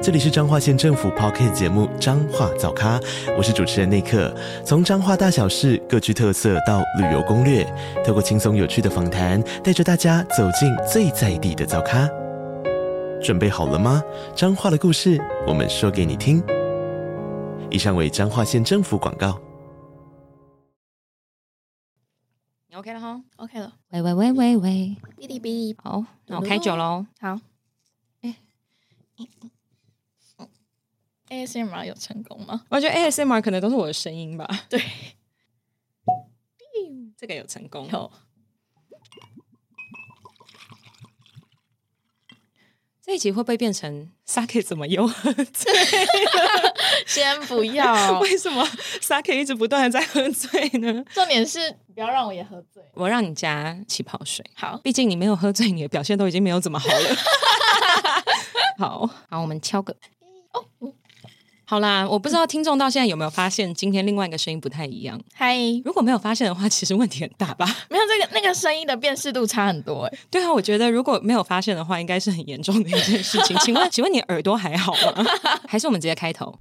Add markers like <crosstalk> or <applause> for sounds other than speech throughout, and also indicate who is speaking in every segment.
Speaker 1: 这里是彰化县政府 p o c k t 节目《彰化早咖》，我是主持人内克。从彰化大小事各具特色到旅游攻略，透过轻松有趣的访谈，带着大家走进最在地的早咖。准备好了吗？彰化的故事，我们说给你听。以上为彰化县政府广告。
Speaker 2: 你 OK 了哈？
Speaker 3: OK 了，
Speaker 2: 喂喂喂喂喂，
Speaker 3: 哔哩哔哩，
Speaker 2: 好，那我开酒喽。
Speaker 3: 好。哎、a 哎 s m r 有成功吗？
Speaker 2: 我觉得 ASMR 可能都是我的声音吧。
Speaker 3: 对，
Speaker 2: <laughs> 这个有成功。
Speaker 3: 有。
Speaker 2: 这一集会不会变成 Sake 怎么又 <laughs> 喝醉？
Speaker 3: 先不要，
Speaker 2: <laughs> 为什么 Sake 一直不断的在喝醉呢？
Speaker 3: 重点是不要让我也喝醉。
Speaker 2: 我让你加气泡水，
Speaker 3: 好，
Speaker 2: 毕竟你没有喝醉，你的表现都已经没有怎么好了。 <laughs> 好好，我们敲个。好啦，我不知道听众到现在有没有发现，今天另外一个声音不太一样。
Speaker 3: 嗨，
Speaker 2: 如果没有发现的话，其实问题很大吧？ <laughs>
Speaker 3: 没有这个那个声音的辨识度差很多哎、
Speaker 2: 对啊，我觉得如果没有发现的话，应该是很严重的一件事
Speaker 3: <laughs>
Speaker 2: 情。请问，请问你耳朵还好吗？还是我们直接开头？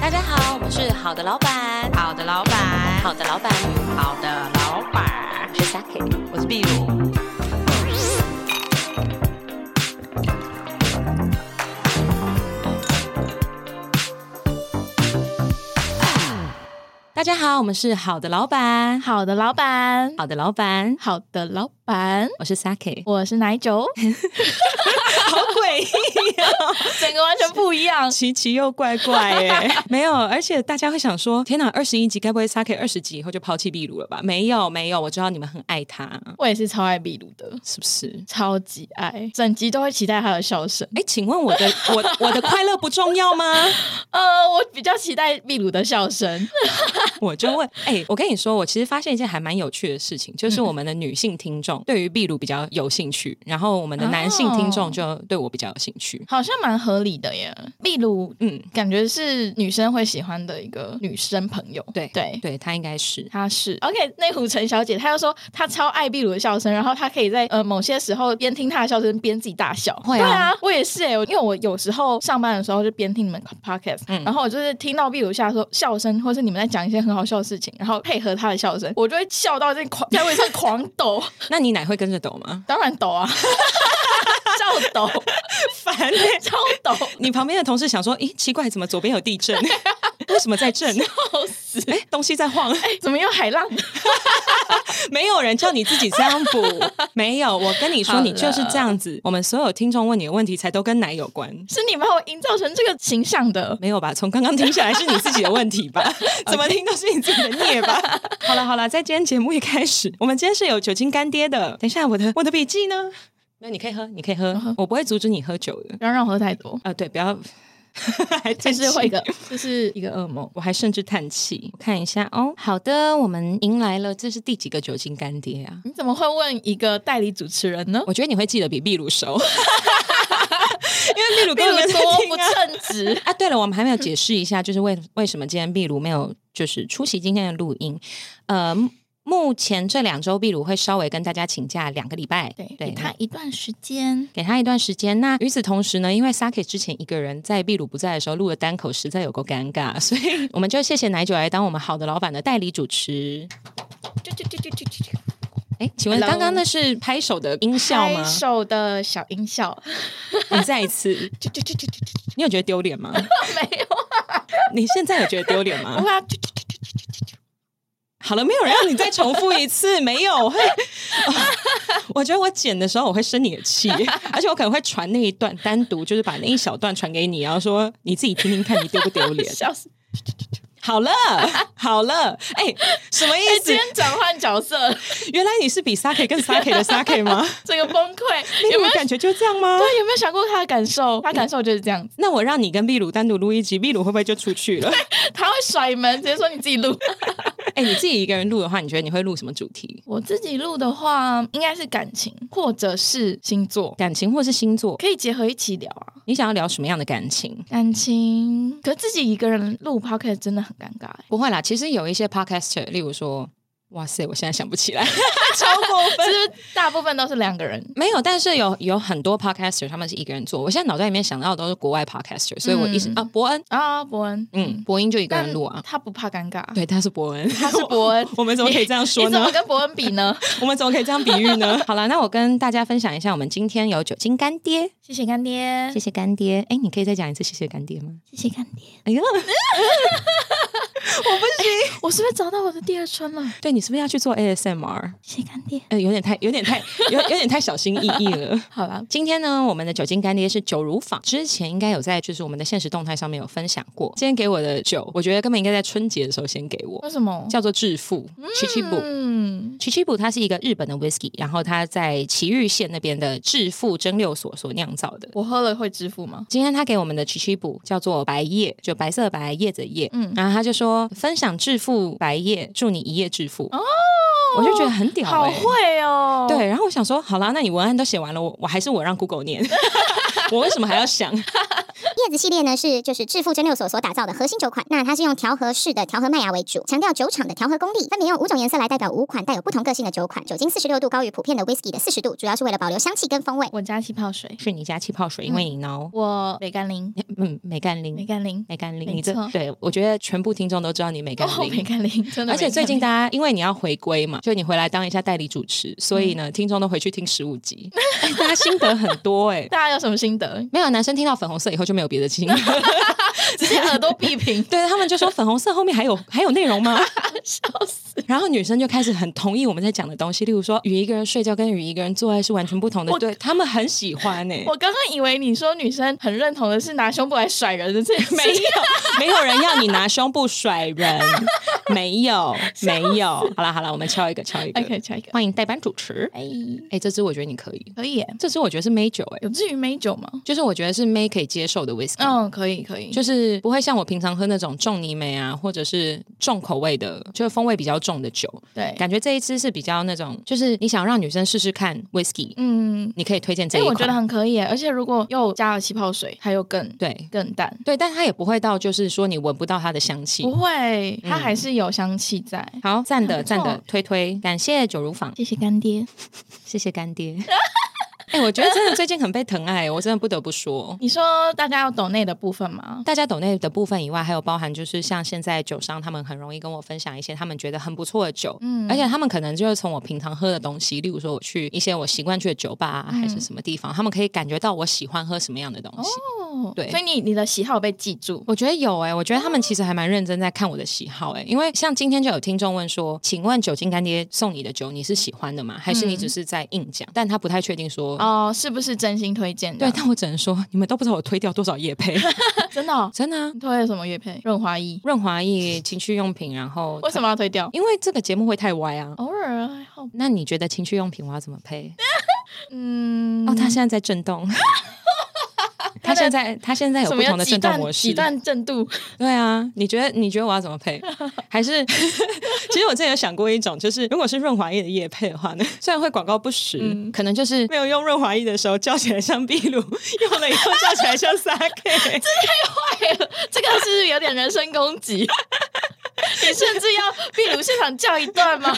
Speaker 2: 大家好，我们是好的老板，好的老板，好的老板，好的老板，我是 Saki，我是壁如。大家好，我们是好的老板，
Speaker 3: 好的，老板，
Speaker 2: 好的老板，
Speaker 3: 好的，老板，
Speaker 2: 我是 Saki，
Speaker 3: 我是奶酒，
Speaker 2: 好诡异啊！
Speaker 3: <laughs> 整个完全不一
Speaker 2: <laughs>
Speaker 3: 样。
Speaker 2: 奇奇又怪怪
Speaker 3: <laughs>
Speaker 2: 哎、没有，而且大家会想说，天哪，二十一集该不会 Saki 二十集以后就抛弃壁炉了吧？没有，没有，我知道你们很爱他，
Speaker 3: 我也是超爱秘鲁的，
Speaker 2: 是不是？
Speaker 3: 超级爱，整集都会期待他的笑声。
Speaker 2: 哎，请问我的我我的快乐不重要吗？ <laughs>
Speaker 3: 呃，我比较期待秘鲁的笑声。
Speaker 2: 我就问，哎，我跟你说，我其实发现一件还蛮有趣的事情，
Speaker 3: 嗯
Speaker 2: 就是我们的女性听众对于壁炉比较有兴趣，然后我们的男性听
Speaker 3: 哦
Speaker 2: 众就对我比较有兴趣。
Speaker 3: 好像蛮合理的耶。秘鲁
Speaker 2: 嗯，
Speaker 3: 感觉是女生会喜欢的一个女生朋友。
Speaker 2: 对
Speaker 3: 对，
Speaker 2: 对，他应该是
Speaker 3: 她是 OK。内湖陈小姐，她又说她超爱秘鲁的笑声，然后她可以在呃某些时候边听她的笑声边自己大笑。
Speaker 2: 会啊
Speaker 3: 对啊，我也是哎，因为我有时候上班的时候就边听你们 podcast，、
Speaker 2: 嗯
Speaker 3: 然后我就是听到秘鲁下说笑声，或是你们在讲一些很好笑的事情，然后配合她的笑声，我就会笑到在狂在位上狂抖， <laughs>
Speaker 2: 那你奶会跟着抖吗？
Speaker 3: 当然抖啊， <laughs> 照抖，
Speaker 2: 烦、欸！
Speaker 3: 超抖。
Speaker 2: 你旁边的同事想说，咦，奇怪，怎么左边有地 <laughs> 震？为什么在震？
Speaker 3: 笑死！
Speaker 2: 哎、东西在晃，
Speaker 3: 怎么有海浪？
Speaker 2: 没有人叫你自己这样 <laughs> 补，没有。我跟你说，
Speaker 3: 好了
Speaker 2: 你就是这样子。我们所有听众问你的问题，才都跟奶有关。
Speaker 3: <laughs> 是你把我营造成这个形象的。
Speaker 2: 没有吧？从刚刚听下来是你自己的问题吧？ <laughs> 怎么听都是你自己的孽吧？好了好了，在今天节目一开 <laughs> 始，我们今天是有酒精干爹的。等一下，我的我的笔记呢？没有，你可以喝，你可以喝，我不会阻止你喝酒的。
Speaker 3: 不要让我喝太多，
Speaker 2: 呃，对，不要， <laughs> 还
Speaker 3: 这
Speaker 2: 真
Speaker 3: 是会一个，这是一个噩梦。
Speaker 2: 我还甚至叹气。我看一下哦，好的，我们迎来了，这是第几个酒精干爹啊？
Speaker 3: 你怎么会问一个代理主持人呢？
Speaker 2: 我觉得你会记得比秘鲁熟， <laughs> 因为秘鲁
Speaker 3: 比
Speaker 2: 根
Speaker 3: 如
Speaker 2: 本没在
Speaker 3: 多
Speaker 2: 听
Speaker 3: 不
Speaker 2: 啊。。
Speaker 3: 称职
Speaker 2: 啊，对了，我们还没有解释一下，就是为为什么今天秘鲁没有就是出席今天的录音。呃，目前这两周秘鲁会稍微跟大家请假两个礼拜，
Speaker 3: 对，
Speaker 2: 对
Speaker 3: 给，他一段时间。
Speaker 2: 给他一段时间。那与此同时呢，因为 Saki 之前一个人在秘鲁不在的时候录的单口实在有够尴尬， <laughs> 所以我们就谢谢奶酒来当我们好的老板的代理主持。
Speaker 3: 就就就就就就就
Speaker 2: 哎，请问
Speaker 3: Hello
Speaker 2: 刚刚那是拍手的音效吗
Speaker 3: 拍？手的小音效。
Speaker 2: 你再一
Speaker 3: <laughs>
Speaker 2: 次，
Speaker 3: 就就就就就就
Speaker 2: 你有觉得丢脸吗？ <laughs>
Speaker 3: 没有
Speaker 2: 你现在有觉得丢脸吗？
Speaker 3: 哇！就就就就就就就
Speaker 2: 好了，没有人让你再重复一次，没有。我会、 <laughs> 我觉得我剪的时候我会生你的气， <laughs> 而且我可能会传那一段单独，就是把那一小段传给你，然后说你自己听听看，你丢不丢脸
Speaker 3: 就？笑死！
Speaker 2: 好 <laughs> 了，好了，哎、什么意
Speaker 3: 哎，
Speaker 2: 思
Speaker 3: 今？天转换角色，
Speaker 2: 原来你是比 Sake 更 Sake 的 Sake 吗？
Speaker 3: 这个崩溃，
Speaker 2: 你
Speaker 3: 有
Speaker 2: <laughs> 有
Speaker 3: 没
Speaker 2: 没
Speaker 3: 有
Speaker 2: 有？感觉就这样吗？
Speaker 3: 对，有没有想过他的感受？他感受就是这样子，
Speaker 2: 那我让你跟秘鲁单独录一集，秘鲁会不会就出去 <laughs> 了？
Speaker 3: 他会甩门，直接说你自己录。
Speaker 2: 哎、你自己一个人录的话，你觉得你会录什么主题？
Speaker 3: 我自己录的话，应该是感情或者是星座，
Speaker 2: 感情或是星座？
Speaker 3: 可以结合一起聊啊。
Speaker 2: 你想要聊什么样的感情？
Speaker 3: 感情，可是自己一个人录 podcast 真的很尴尬、欸，
Speaker 2: 不会啦，其实有一些 podcaster，例如说，哇塞，我现在想不起 <laughs> 来，超过分
Speaker 3: 是不是大部分都是两个人？
Speaker 2: 没有，但是有有很多 podcaster 他们是一个人做。我现在脑袋里面想到的都是国外 podcaster，所以我一直、
Speaker 3: 嗯
Speaker 2: 啊，伯恩，
Speaker 3: 啊，伯恩，
Speaker 2: 嗯，伯恩就一个
Speaker 3: 但
Speaker 2: 人录啊。
Speaker 3: 他不怕尴尬，
Speaker 2: 对，他是伯恩，
Speaker 3: 他是伯恩
Speaker 2: <laughs> ，我们怎么可以这样说
Speaker 3: 你怎
Speaker 2: 呢
Speaker 3: 么？跟伯恩比呢？
Speaker 2: <laughs> 我们怎么可以这样比喻呢？ <laughs> 好了，那我跟大家分享一下，我们今天有酒精干爹，
Speaker 3: <laughs> 谢谢干爹
Speaker 2: 谢，谢干爹。哎，你可以再讲一次谢谢干爹吗？
Speaker 3: 谢谢干爹，
Speaker 2: 哎呦，
Speaker 3: 我是不是找到我的第二春了？
Speaker 2: <laughs> 对你是不是要去做 ASMR？
Speaker 3: 谢谢干爹。
Speaker 2: 呃，有点太，有点太，有有点太小心翼翼了。 <laughs>
Speaker 3: 好啦，
Speaker 2: 今天呢，我们的酒精干爹是酒如坊，之前应该有在就是我们的现实动态上面有分享过。今天给我的酒，我觉得根本应该在春节的时候先给我，
Speaker 3: 为什么？
Speaker 2: 叫做致富七七布。
Speaker 3: 嗯，
Speaker 2: 奇奇布它是一个日本的 whisky，然后它在崎玉县那边的致富蒸馏所所酿造的。
Speaker 3: 我喝了会致富吗？
Speaker 2: 今天他给我们的奇奇布叫做白叶，就白色的白叶子的叶，
Speaker 3: 嗯
Speaker 2: 然后他就说分享致富白叶，祝你一夜致富。哦，我就觉得很屌、欸，
Speaker 3: 好会哦。
Speaker 2: 对，然后我想说，好啦，那你文案都写完了，我我还是我让 Google 念， <laughs> 我为什么还要想？
Speaker 4: 叶子系列呢是就是致富蒸馏所所打造的核心酒款，那它是用调和式的调和麦芽为主，强调酒厂的调和功力，分别用五种颜色来代表五款带有不同个性的酒款，酒精四十六度高于普遍的 whisky 的四十度，主要是为了保留香气跟风味。
Speaker 3: 我加气泡水，
Speaker 2: 是你家气泡水，因为你孬，
Speaker 3: 我梅甘林，
Speaker 2: 嗯，美干林，
Speaker 3: 梅甘林，
Speaker 2: 美干林，
Speaker 3: 没
Speaker 2: 你这
Speaker 3: 错
Speaker 2: 对我觉得全部听众都知道你美干
Speaker 3: 哦，梅
Speaker 2: 林。
Speaker 3: 甘林，真的。
Speaker 2: 而且最近大
Speaker 3: 家
Speaker 2: 家因为你要回归嘛，就你回来当一下代理主持，所以
Speaker 3: 嗯
Speaker 2: 呢，听众都回去听十五集， <laughs> 哎大家心得很多哎、
Speaker 3: 大家有什么
Speaker 2: <laughs>
Speaker 3: 心得？
Speaker 2: 没有男生听到粉红色以后就没有别的心得，，
Speaker 3: 直接耳朵闭屏
Speaker 2: <laughs> 对他们就说粉红色后面还有还有内容吗？ <laughs>
Speaker 3: 笑死！
Speaker 2: 然后女生就开始很同意我们在讲的东西，例如说与一个人睡觉跟与一个人做爱是完全不同的，
Speaker 3: 我
Speaker 2: 对他们很喜欢欸呢、
Speaker 3: 我刚刚以为你说女生很认同的是拿胸部来甩人的这件事，
Speaker 2: 没
Speaker 3: <laughs>
Speaker 2: 有，没有人要你拿胸部甩人，没 <laughs> 有，没有。好啦好啦，我们敲一个，敲一个。
Speaker 3: OK，敲一个。
Speaker 2: 欢迎代班主持。
Speaker 3: 哎，
Speaker 2: 哎，这支我觉得你可以，
Speaker 3: 可以耶，
Speaker 2: 这支我觉得是 May 酒，哎，
Speaker 3: 有至于美酒吗？
Speaker 2: 就是我觉得是 May 可以接受的 whisky。
Speaker 3: 嗯，可以，可以。
Speaker 2: 就是不会像我平常喝那种重泥煤啊，或者是重口味的，就是风味比较重的酒。
Speaker 3: 对，
Speaker 2: 感觉这一支是比较那种，就是你想让女生试试看 whisky，
Speaker 3: 嗯，
Speaker 2: 你可以推荐这
Speaker 3: 哎，
Speaker 2: 一款。
Speaker 3: 我觉得很可以耶，而且如果又加了气泡水，还有更
Speaker 2: 对
Speaker 3: 更淡，
Speaker 2: 对，但它也不会到就是说你闻不到它的香气
Speaker 3: 不。会，它
Speaker 2: 嗯
Speaker 3: 还是有香气在。
Speaker 2: 好，赞的
Speaker 3: 很不
Speaker 2: 赞的
Speaker 3: 错，
Speaker 2: 推推，感谢九如坊，
Speaker 3: 谢谢干爹，
Speaker 2: 谢谢干
Speaker 3: <laughs>
Speaker 2: 爹。哎、我觉得真的最近很被疼爱，我真的不得不说。
Speaker 3: 你说大家要抖内的部分吗？
Speaker 2: 大家抖内的部分以外，还有包含就是像现在酒商他们很容易跟我分享一些他们觉得很不错的酒，
Speaker 3: 嗯
Speaker 2: 而且他们可能就是从我平常喝的东西，例如说我去一些我习惯去的酒吧、啊、还是什么地方，他们可以感觉到我喜欢喝什么样的东西。
Speaker 3: 嗯哦，
Speaker 2: 对
Speaker 3: 所以你你的喜好被记住，
Speaker 2: 我觉得有哎、我觉得他们其实还蛮认真在看我的喜好哎、因为像今天就有听众问说，请问酒精干爹送你的酒你是喜欢的吗？还是你只是在硬讲？但他不太确定说。
Speaker 3: 嗯哦，是不是真心推荐的？
Speaker 2: 对，但我只能说，你们都不知道我推掉多少夜
Speaker 3: <laughs>
Speaker 2: 配，
Speaker 3: 真的哦，
Speaker 2: 真的啊！
Speaker 3: 你推了什么乐配？润滑液？
Speaker 2: 润滑液、情趣用品，然后
Speaker 3: 为什么要推掉？
Speaker 2: 因为这个节目会太歪啊。
Speaker 3: 偶尔还好，
Speaker 2: 那你觉得情趣用品我要怎么配？
Speaker 3: 嗯，
Speaker 2: 哦，他现在在震
Speaker 3: <laughs>
Speaker 2: 动。他现在他现在有
Speaker 3: 什
Speaker 2: 不
Speaker 3: 么
Speaker 2: 同
Speaker 3: 叫
Speaker 2: 的
Speaker 3: 几
Speaker 2: 震动
Speaker 3: 段
Speaker 2: 模式
Speaker 3: 几，段震度？
Speaker 2: 对啊，你觉得你觉得我要怎么配？还是 <laughs> 其实我之前有想过一种，就是如果是润滑液的液配的话呢，虽然会广告不实，
Speaker 3: 嗯
Speaker 2: 可能就是没有用润滑液的时候叫起来像壁炉， <laughs> 用了以后叫起来像 sake。
Speaker 3: <laughs> 这个是有点人身攻击。 <laughs> 你甚至要壁炉现场叫一段
Speaker 2: <laughs>
Speaker 3: 吗？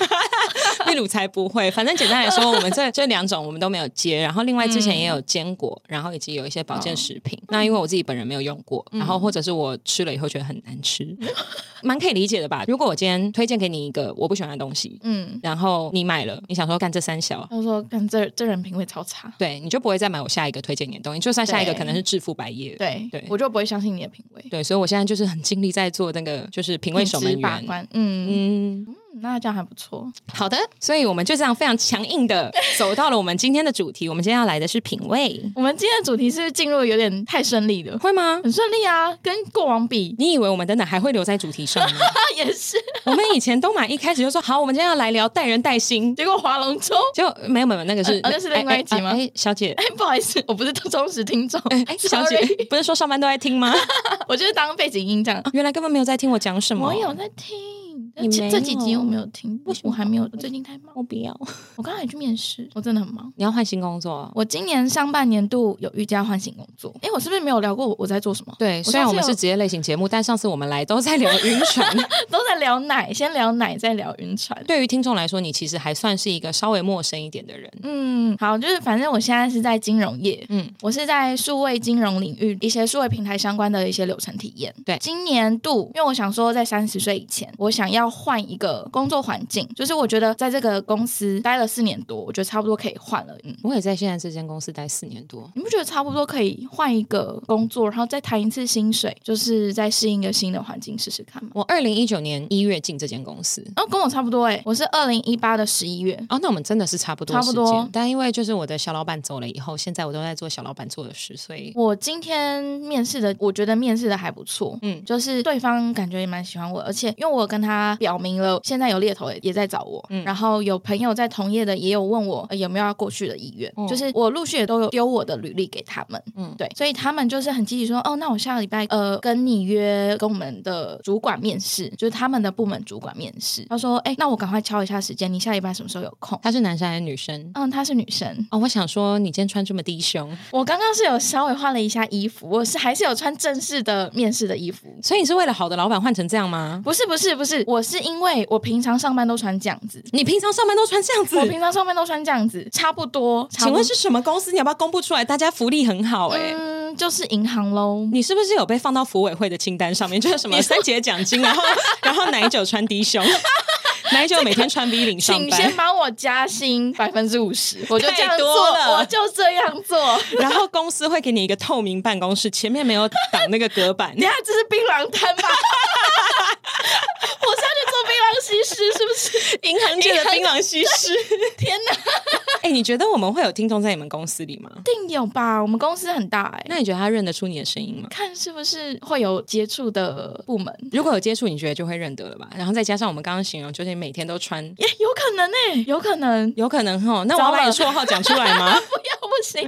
Speaker 2: 秘鲁才不会。反正简单来说，我们这这两种我们都没有接，然后另外之前也有坚果，然后以及有一些保健食品。那因为我自己本人没有用过，然后或者是我吃了以后觉得很难吃， <laughs> 蛮可以理解的吧？如果我今天推荐给你一个我不喜欢的东西，
Speaker 3: 嗯，
Speaker 2: 然后你买了，你想说干这三小。
Speaker 3: 他说：“看这这人品味超差。
Speaker 2: 对，你就不会再买我下一个推荐你的东西，就算下一个
Speaker 3: 对
Speaker 2: 可能是致富白夜，
Speaker 3: 对”
Speaker 2: 对
Speaker 3: 我就不会相信你的品味。
Speaker 2: 对，所以我现在就是很尽力在做那个就是品味守门
Speaker 3: 品质把
Speaker 2: 员，
Speaker 3: 关，嗯，
Speaker 2: 嗯，
Speaker 3: 嗯那这样还不错。
Speaker 2: 好的，所以我们就这样非常强硬
Speaker 3: <laughs>
Speaker 2: 的走到了我们今天的主题。我们今天要来的是品味，
Speaker 3: 我们今天的主题是不是进入有点太顺利了，
Speaker 2: 会吗？
Speaker 3: 很顺利啊，跟过往比，
Speaker 2: 你以为我们等等还会留在主题上吗？
Speaker 3: 啊也是。
Speaker 2: 我们以前东马一开始就说好，我们今天要来聊带人带心，
Speaker 3: 结果划龙舟，
Speaker 2: 结果没有没有那个是
Speaker 3: 呃呃那是另外一集吗
Speaker 2: 哎哎哎小姐，
Speaker 3: 哎，不好意思，我不是忠实听众，
Speaker 2: 哎小姐
Speaker 3: <laughs> Sorry，
Speaker 2: 不是说上班都在听吗？ <laughs>
Speaker 3: 我就是当背景音这样。
Speaker 2: 原来根本没有在听我讲什么。
Speaker 3: 我有在听，
Speaker 2: 哦你没有
Speaker 3: 这几集我没有听，
Speaker 2: 为什么
Speaker 3: 我还没有？我最近太忙，
Speaker 2: 我不要，
Speaker 3: 我刚才去面试，我真的很忙。
Speaker 2: 你要换新工作。哦
Speaker 3: 我今年上半年度有瑜伽唤醒工作，哎，我是不是没有聊过我我在做什么？
Speaker 2: 对，
Speaker 3: 上
Speaker 2: 虽然我们
Speaker 3: 次有
Speaker 2: 是职业类型节目，但上次我们来都在聊晕 <laughs> 船。
Speaker 3: 都在聊奶，先聊奶，再聊晕船。
Speaker 2: 对于听众来说，你其实还算是一个稍微陌生一点的人。
Speaker 3: 嗯，好，就是反正我现在是在金融业，
Speaker 2: 嗯，
Speaker 3: 我是在数位金融领域一些数位平台相关的一些流程体验。
Speaker 2: 对
Speaker 3: 今年度，因为我想说，在三十岁以前，我想要换一个工作环境，就是我觉得在这个公司待了四年多，我觉得差不多可以换了。嗯，
Speaker 2: 我也在现在这间公司待四年多，
Speaker 3: 你不觉得差不多可以换一个工作，然后再谈一次薪水，就是再适应一个新的环境试试看吗？
Speaker 2: 我二零一九年一月进这间公司。
Speaker 3: 哦，跟我差不多诶、我是二零一八的十一月，
Speaker 2: 哦，那我们真的是差不多
Speaker 3: 差
Speaker 2: 时
Speaker 3: 不
Speaker 2: 间，
Speaker 3: 多
Speaker 2: 但因为就是我的小老板走了以后，现在我都在做小老板做的事，所以
Speaker 3: 我今天面试的，我觉得面试的还不错，
Speaker 2: 嗯
Speaker 3: 嗯，就是对方感觉也蛮喜欢我，而且因为我跟他表明了，现在有猎头也也在找我，
Speaker 2: 嗯
Speaker 3: 然后有朋友在同业的也有问我、呃有没有要过去的意愿，
Speaker 2: 哦
Speaker 3: 就是我陆续也都有丢我的履历给他们，
Speaker 2: 嗯
Speaker 3: 嗯，对，所以他们就是很积极说，哦，那我下个礼拜呃跟你约跟我们的主管面试，就是他们的部门主管面试，他说，哎，那我赶快敲一下时间，你下礼拜什么时候有空？
Speaker 2: 他是男生还是女生？
Speaker 3: 嗯，她是女生，
Speaker 2: 哦，我想说你今天穿这么低胸，
Speaker 3: 我刚刚是有稍微换了一下衣服，我是还是有穿正式的面试的衣服。
Speaker 2: 所以你是为了好的老板换成这样吗？
Speaker 3: 不是不是不是，我是因为我平常上班都穿这样子，
Speaker 2: 你平常上班都穿这样子
Speaker 3: 我？平常上班都穿这样子，差不多。差不
Speaker 2: 请
Speaker 3: 多
Speaker 2: 问是什么公司？你要不要公布出来？大家福利很好哎、
Speaker 3: 嗯，就是银行喽。
Speaker 2: 你是不是有被放到服委会的清单上面？就是什么三节奖金，然 <laughs> 后然后奶酒穿低胸，奶酒每天穿 V 领上
Speaker 3: 请
Speaker 2: 班
Speaker 3: 先，帮我加薪百分之
Speaker 2: <laughs>
Speaker 3: 五十，我就这样
Speaker 2: 太
Speaker 3: 做
Speaker 2: 多了，
Speaker 3: 我就这样
Speaker 2: <laughs>
Speaker 3: 做。
Speaker 2: 然后公司会给你一个透明办公室，前面没有挡那个隔板 <laughs>
Speaker 3: 你。看，这是槟榔摊吧？我是要去做槟榔西施，是不是？
Speaker 2: 银行界的槟榔西施，
Speaker 3: <laughs> 天哪，
Speaker 2: 哎、你觉得我们会有听众在你们公司里吗？
Speaker 3: 一定有吧？我们公司很大哎、
Speaker 2: 那你觉得他认得出你的声音吗？
Speaker 3: 看是不是会有接触的部门，
Speaker 2: 如果有接触，你觉得就会认得了吧？然后再加上我们刚刚形容，就是你每天都穿，
Speaker 3: 也有可能呢、有可能。 <laughs>
Speaker 2: 有可能哈。那我要把你绰号讲出来吗？
Speaker 3: 不要不行，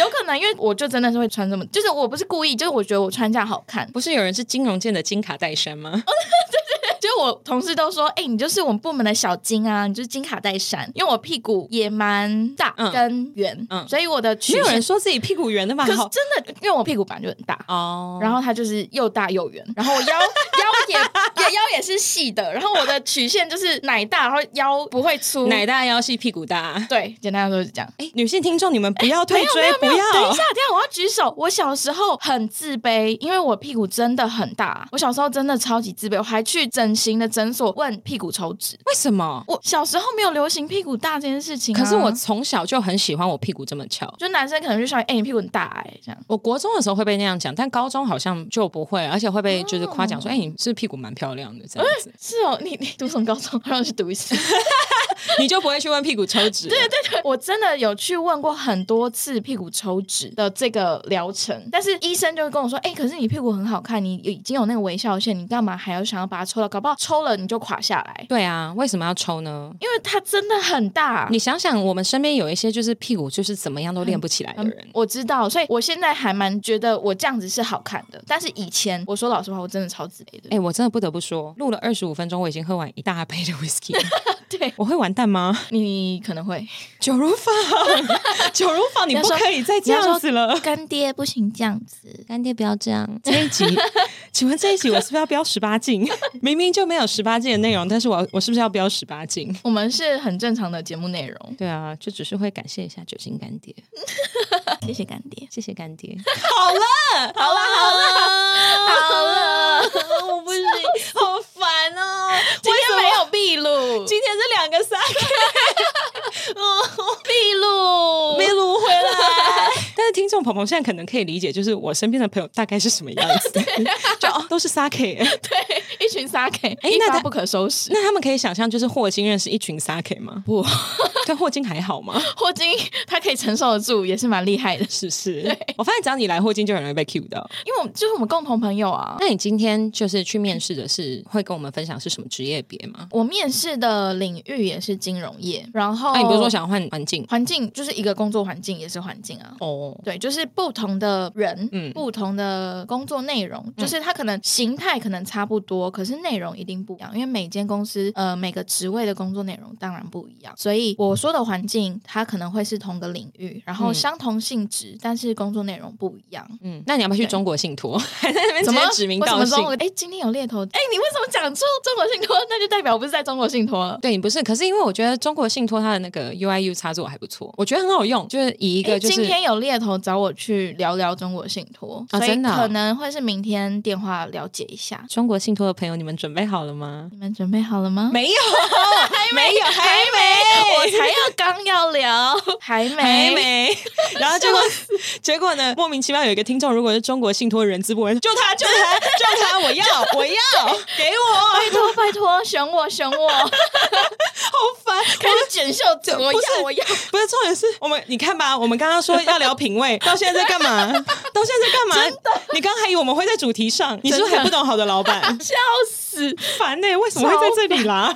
Speaker 3: 有可能，因为我就真的是会穿这么，就是我不是故意，就是我觉得我穿这样好
Speaker 2: <laughs>
Speaker 3: 看，<laughs>
Speaker 2: 不是有人是金融界的金卡戴珊吗？
Speaker 3: 就是我同事都说，哎、你就是我们部门的小金啊，你就是金卡戴珊，因为我屁股也蛮大
Speaker 2: 嗯
Speaker 3: 跟圆，
Speaker 2: 嗯
Speaker 3: 所以我的曲
Speaker 2: <laughs> 没有人
Speaker 3: 线，
Speaker 2: 说自己屁股圆的吧？
Speaker 3: 可是
Speaker 2: 好
Speaker 3: 真的，因为我屁股本来就很大，
Speaker 2: 哦，
Speaker 3: 然后它就是又大又圆，然后我腰腰也也腰也是细的，然后我的曲线就是奶大，然后腰不会粗，
Speaker 2: 奶大腰细，屁股大。
Speaker 3: 对，简单来说是这样。
Speaker 2: 哎，女性听众，你们不要退
Speaker 3: 没
Speaker 2: 追
Speaker 3: 有，
Speaker 2: 不
Speaker 3: 没有
Speaker 2: 要。
Speaker 3: 等一下，等一下，我要举手。我小时候很自卑，因为我屁股真的很大。我小时候真的超级自卑，我还去整形的诊所问屁股抽脂。
Speaker 2: 为什么？
Speaker 3: 我小时候没有流行屁股大这件事情啊、
Speaker 2: 可是我从小就很喜欢我屁股这么翘。
Speaker 3: 就男生可能就说：“哎、你屁股很大哎、这样。
Speaker 2: 我国中的时候会被那样讲，但高中好像就不会，而且会被就是夸奖说：“哎、你是不是屁股蛮漂亮的。”这样子，
Speaker 3: 是哦，你你读什么高中？让我去读一 <laughs> 次。
Speaker 2: 你就不会去问屁股抽脂。 <laughs> 对啊对，
Speaker 3: 我真的有去问过很多次屁股抽脂的这个疗程，但是医生就会跟我说：“哎、可是你屁股很好看，你已经有那个微笑线，你干嘛还要想要把它抽了？搞不好抽了你就垮下来。”
Speaker 2: 对啊，为什么要抽呢？
Speaker 3: 因为它真的很大，
Speaker 2: 你想想，我们身边有一些就是屁股就是怎么样都练不起来的人，
Speaker 3: 我知道，所以我现在还蛮觉得我这样子是好看的。但是以前我说老实话，我真的超自
Speaker 2: <laughs>
Speaker 3: 卑的。
Speaker 2: 哎、我真的不得不说，录了二十五分钟，我已经喝完一大杯的 whisky，
Speaker 3: 对
Speaker 2: 我会完蛋吗？ <laughs>
Speaker 3: 你可能会
Speaker 2: 酒如坊， <laughs> 酒如坊，你
Speaker 3: 你要
Speaker 2: 不
Speaker 3: 说
Speaker 2: 可以再这样子了。
Speaker 3: 干爹不行这样子，
Speaker 2: 干爹不要这样。这一集，请问这一集我是不是要标十八禁？ <laughs> 明明就没有十八禁的内容，但是我我是不是要标十八禁？
Speaker 3: 我们是很正常的节目内容。
Speaker 2: 对啊，就只是会感谢一下酒精干爹，
Speaker 3: 谢谢干爹。
Speaker 2: 谢谢干爹。
Speaker 3: 好了好了好了，
Speaker 2: <laughs> 我不行，好烦哦！
Speaker 3: 今天没有秘录，
Speaker 2: <laughs> 今天这两个三个
Speaker 3: 秘录
Speaker 2: <laughs> 没。录回来，但是听众众朋友现在可能可以理解，就是我身边的朋友大概是什么样子，就哦都是 sake，
Speaker 3: 对，一群撒 K，
Speaker 2: 哎
Speaker 3: 一
Speaker 2: 那
Speaker 3: 发
Speaker 2: 他
Speaker 3: 不可收拾。
Speaker 2: 那他们可以想象，就是霍金认识一群 sake 吗？
Speaker 3: 不，
Speaker 2: 对，霍金还好吗？
Speaker 3: 霍金他可以承受得住，也是蛮厉害的。
Speaker 2: 是是，我发现只要你来霍金，就很容易被 cue 到。
Speaker 3: 因为我们就是我们共同朋友啊。
Speaker 2: 那你今天就是去面试的是会跟我们分享是什么职业别吗？
Speaker 3: 我面试的领域也是金融业，然后
Speaker 2: 那、啊你不是说想换环境？
Speaker 3: 环境就是一个工作环境也是环境啊。
Speaker 2: 哦，
Speaker 3: 对，就是不同的人，
Speaker 2: 嗯
Speaker 3: 不同的工作内容，就是它可能形态可能差不多，可是内容一定不一样，因为每间公司呃每个职位的工作内容当然不一样，所以我说的环境它可能会是同个领域，然后
Speaker 2: 嗯
Speaker 3: 相同性质，但是工作内容不一样。
Speaker 2: 嗯，那你要不要去
Speaker 3: 对
Speaker 2: 中国信托？ <laughs> 还在那边直
Speaker 3: 怎
Speaker 2: 接
Speaker 3: 么
Speaker 2: 指名
Speaker 3: 我怎
Speaker 2: 道
Speaker 3: 么
Speaker 2: 姓
Speaker 3: 中？国？哎，今天有猎头，哎，你为什么讲出中国信托？ <laughs> 那就代表我不是在中国信托了。
Speaker 2: 对你不是，可是因为我觉得中国信托它的那个 UIU 插座还不错，我觉得很好用，就是以一
Speaker 3: 因为
Speaker 2: 个就是
Speaker 3: 今天有猎头找我去聊聊中国信托，
Speaker 2: 啊
Speaker 3: 所以
Speaker 2: 真的啊
Speaker 3: 可能会是明天电话了解一下。
Speaker 2: 中国信托的朋友，你们准备好了吗？
Speaker 3: 你们准备好了吗？
Speaker 2: 没有，还没
Speaker 3: <laughs>
Speaker 2: 有，还
Speaker 3: 我
Speaker 2: 没，
Speaker 3: 才要刚要聊，还
Speaker 2: <laughs>
Speaker 3: 没，
Speaker 2: 还 <laughs> 没。然后结果，结果呢？莫名其妙有一个听众，如果是中国信托的人资部门，就他，就他，就他，我要，我要，给我，
Speaker 3: 拜托拜托，选我
Speaker 2: <laughs>
Speaker 3: 选我，
Speaker 2: 好烦。
Speaker 3: 开始选秀组，我
Speaker 2: 不是
Speaker 3: 要我要，
Speaker 2: 不是重点是我们，你看吧，我们刚刚说要聊品 <laughs> 味，到现在在干嘛？到现在在干嘛？你刚还以为我们会在主题上，你是不是还不懂好的老板？
Speaker 3: 笑死！
Speaker 2: <laughs> 烦呢、为什么会在这里啦？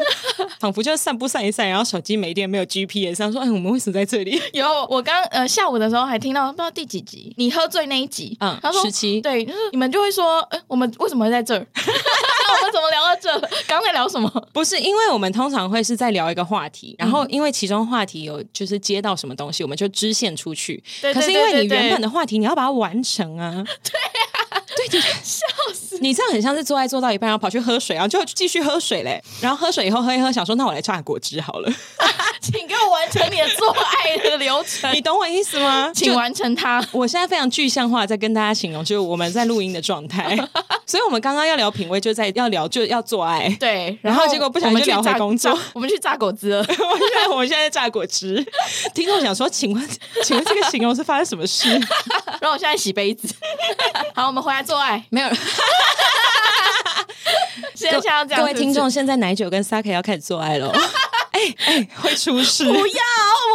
Speaker 2: 仿佛就是散步散一散，然后手机没电，没有 GPS，然后说，哎，我们为什么在这里？
Speaker 3: 有我刚呃下午的时候还听到不知道第几集，你喝醉那一集，
Speaker 2: 嗯
Speaker 3: 他说
Speaker 2: 17
Speaker 3: 对，就是你们就会说，呃，我们为什么会在这儿？ <laughs> 我们怎么聊到这？刚刚在聊什么？
Speaker 2: 不是，因为我们通常会是在聊一个话题，然
Speaker 3: 嗯
Speaker 2: 后因为其中话题有就是接到什么东西，我们就支线出去。
Speaker 3: 对
Speaker 2: 可是
Speaker 3: 对
Speaker 2: 因
Speaker 3: 对
Speaker 2: 为你
Speaker 3: 对对
Speaker 2: 原本的话题，你要把它完成啊。对啊，对对对，笑死！你这样很像是做爱做到一半，然后跑去喝水，然后就继续喝水嘞。然后喝水以后喝一喝，想说那我来榨果汁
Speaker 3: <laughs>
Speaker 2: 好了。
Speaker 3: 请给我完成你的做爱的流程
Speaker 2: 你，懂我意思吗？
Speaker 3: 请
Speaker 2: 就
Speaker 3: 完成它。
Speaker 2: 我现在非常具象化，在跟大家形容，就是我们在录音的状
Speaker 3: <laughs>
Speaker 2: 态。所以我们刚刚要聊品味，就在要聊就要做爱。
Speaker 3: 对，
Speaker 2: 然后结果不小心
Speaker 3: 我们去
Speaker 2: 就聊回
Speaker 3: 榨
Speaker 2: 工作
Speaker 3: 榨 <laughs> 我们去榨果汁了。
Speaker 2: <laughs> 我现在我现在在榨果汁，听众想说，请问请问这个形容是发生什么事？
Speaker 3: 然后我现在洗杯子。 <laughs> 好，我们回来做爱。
Speaker 2: <laughs> <laughs> 没有，
Speaker 3: 现在要这样，
Speaker 2: 各位听众，
Speaker 3: 是
Speaker 2: 现在奶酒跟 Sake 要开始做爱了。 <laughs> 哎哎，会出事！
Speaker 3: 不是不要，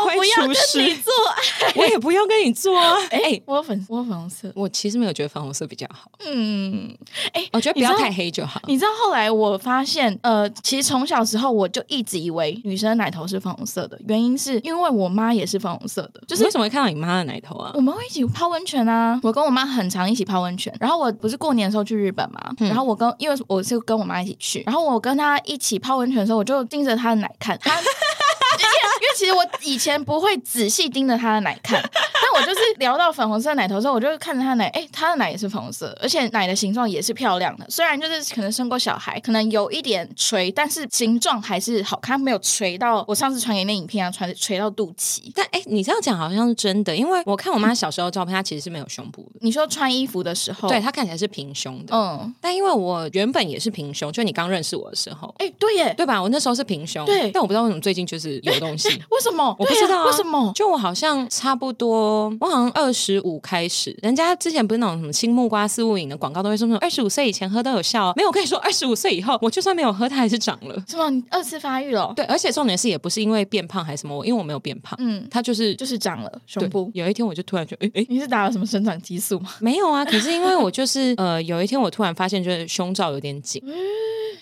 Speaker 3: 我不要
Speaker 2: 会
Speaker 3: 跟
Speaker 2: 出事
Speaker 3: 你做爱。
Speaker 2: 我也不要跟你做啊！ <laughs> 哎、
Speaker 3: 我有粉，我有粉红色。
Speaker 2: 我其实没有觉得粉红色比较好，
Speaker 3: 嗯，哎、
Speaker 2: 我觉得不要
Speaker 3: 你知道
Speaker 2: 太。黑就好。
Speaker 3: 你知道后来我发现，呃，其实从小时候我就一直以为女生的奶头是粉红色的，原因是因为我妈也是粉红色的，就
Speaker 2: 就是是为什么会看到你妈的奶头啊
Speaker 3: 我？们会一起泡温泉啊！我跟我妈很常一起泡温泉。然后我不是过年的时候去日本嘛，然后我跟因为我是跟我妈一起去，然后我跟她一起泡温泉的时候，我就盯着她的奶看。她 <laughs> 因为因为其实我以前不会仔细盯着她的奶看，但我就是聊到粉红色的奶头之后，我就看着她的奶，哎、她的奶也是粉红色的，而且奶的形状也是漂亮的。虽然就是可能生过小孩，可能有一点垂，但是形状还是好看，没有垂到我上次传给你那影片啊，垂垂到肚脐。
Speaker 2: 但哎、你这样讲好像是真的，因为我看我妈小时候的照片，她其实是没有胸部的，
Speaker 3: 你说穿衣服的时候，
Speaker 2: 对，她看起来是平胸的。
Speaker 3: 嗯。
Speaker 2: 但因为我原本也是平胸，就你刚认识我的时候，
Speaker 3: 哎、对耶，
Speaker 2: 对吧？我那时候是平胸，
Speaker 3: 对
Speaker 2: 但我不知道为什么最近就是有东西。
Speaker 3: 为什么？
Speaker 2: 我不
Speaker 3: 对啊
Speaker 2: 知道啊
Speaker 3: 为什么。
Speaker 2: 就我好像差不多，我好像二十五开始，人家之前不是那种什么青木瓜四物饮的广告都会说什么二十五岁以前喝都有效、哦，没有，我跟你说二十五岁以后，我就算没有喝，它还是长了。
Speaker 3: 什么？你二次发育了？
Speaker 2: 对，而且重点是也不是因为变胖还是什么，我因为我没有变胖，
Speaker 3: 嗯，
Speaker 2: 它就是
Speaker 3: 就是长了
Speaker 2: 对
Speaker 3: 胸部。
Speaker 2: 有一天我就突然就哎哎。
Speaker 3: 你是打了什么生长激素吗？
Speaker 2: 没有啊，可是因为我就是呃，有一天我突然发现就是胸罩有点紧，
Speaker 3: 嗯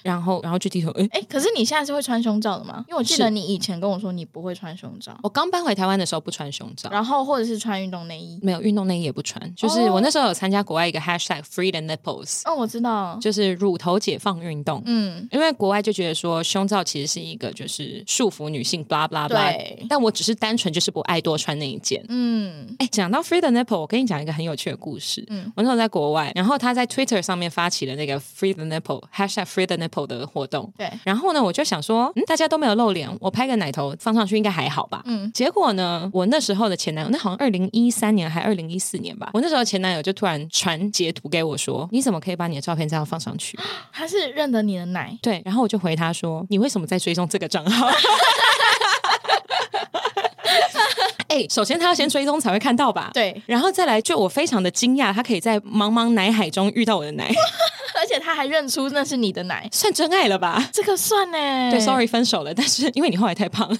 Speaker 2: 然后然后就低头，哎、
Speaker 3: 哎、可是你现在是会穿胸罩的吗？因为我记
Speaker 2: 是
Speaker 3: 得你以前跟我说你不会穿胸罩，哦
Speaker 2: 我刚搬回台湾的时候不穿胸罩，
Speaker 3: 然后或者是穿运动内衣。
Speaker 2: 没有运动内衣也不穿，就是
Speaker 3: 哦
Speaker 2: 我那时候有参加国外一个 hashtag free the nipples，、
Speaker 3: 哦，我知道。
Speaker 2: 就是乳头解放运动。
Speaker 3: 嗯，
Speaker 2: 因为国外就觉得说胸罩其实是一个就是束缚女性，blah blah blah
Speaker 3: 对。
Speaker 2: 但我只是单纯就是不爱多穿那一件。
Speaker 3: 嗯，
Speaker 2: 哎，讲到 free the nipple，我跟你讲一个很有趣的故事。嗯
Speaker 3: 嗯，
Speaker 2: 我那时候在国外，然后他在 Twitter 上面发起了那个 free the nipple hashtag free the nipple 的活动。
Speaker 3: 对
Speaker 2: 然后呢，我就想说，嗯，大家都没有露脸，我拍个奶头放上去应该还好吧。嗯
Speaker 3: 嗯，
Speaker 2: 结果呢，我那时候的前男友，那好像二零一三年还二零一四年吧，我那时候前男友就突然传截图给我说，你怎么可以把你的照片这样放上去？
Speaker 3: 他是认得你的奶，
Speaker 2: 对，然后我就回他说：“你为什么在追踪这个账号？” <laughs> 哎，首先他要先追踪才会看到吧？。
Speaker 3: 对，
Speaker 2: 然后再来，就我非常的惊讶，他可以在茫茫奶海中遇到我的奶，
Speaker 3: <laughs>
Speaker 2: <laughs>
Speaker 3: 而且他还认出那是你的奶，
Speaker 2: 算真爱了吧？
Speaker 3: 这个算呢？
Speaker 2: 对，sorry，分手了，但是因为你后来太
Speaker 3: <laughs>
Speaker 2: 胖了，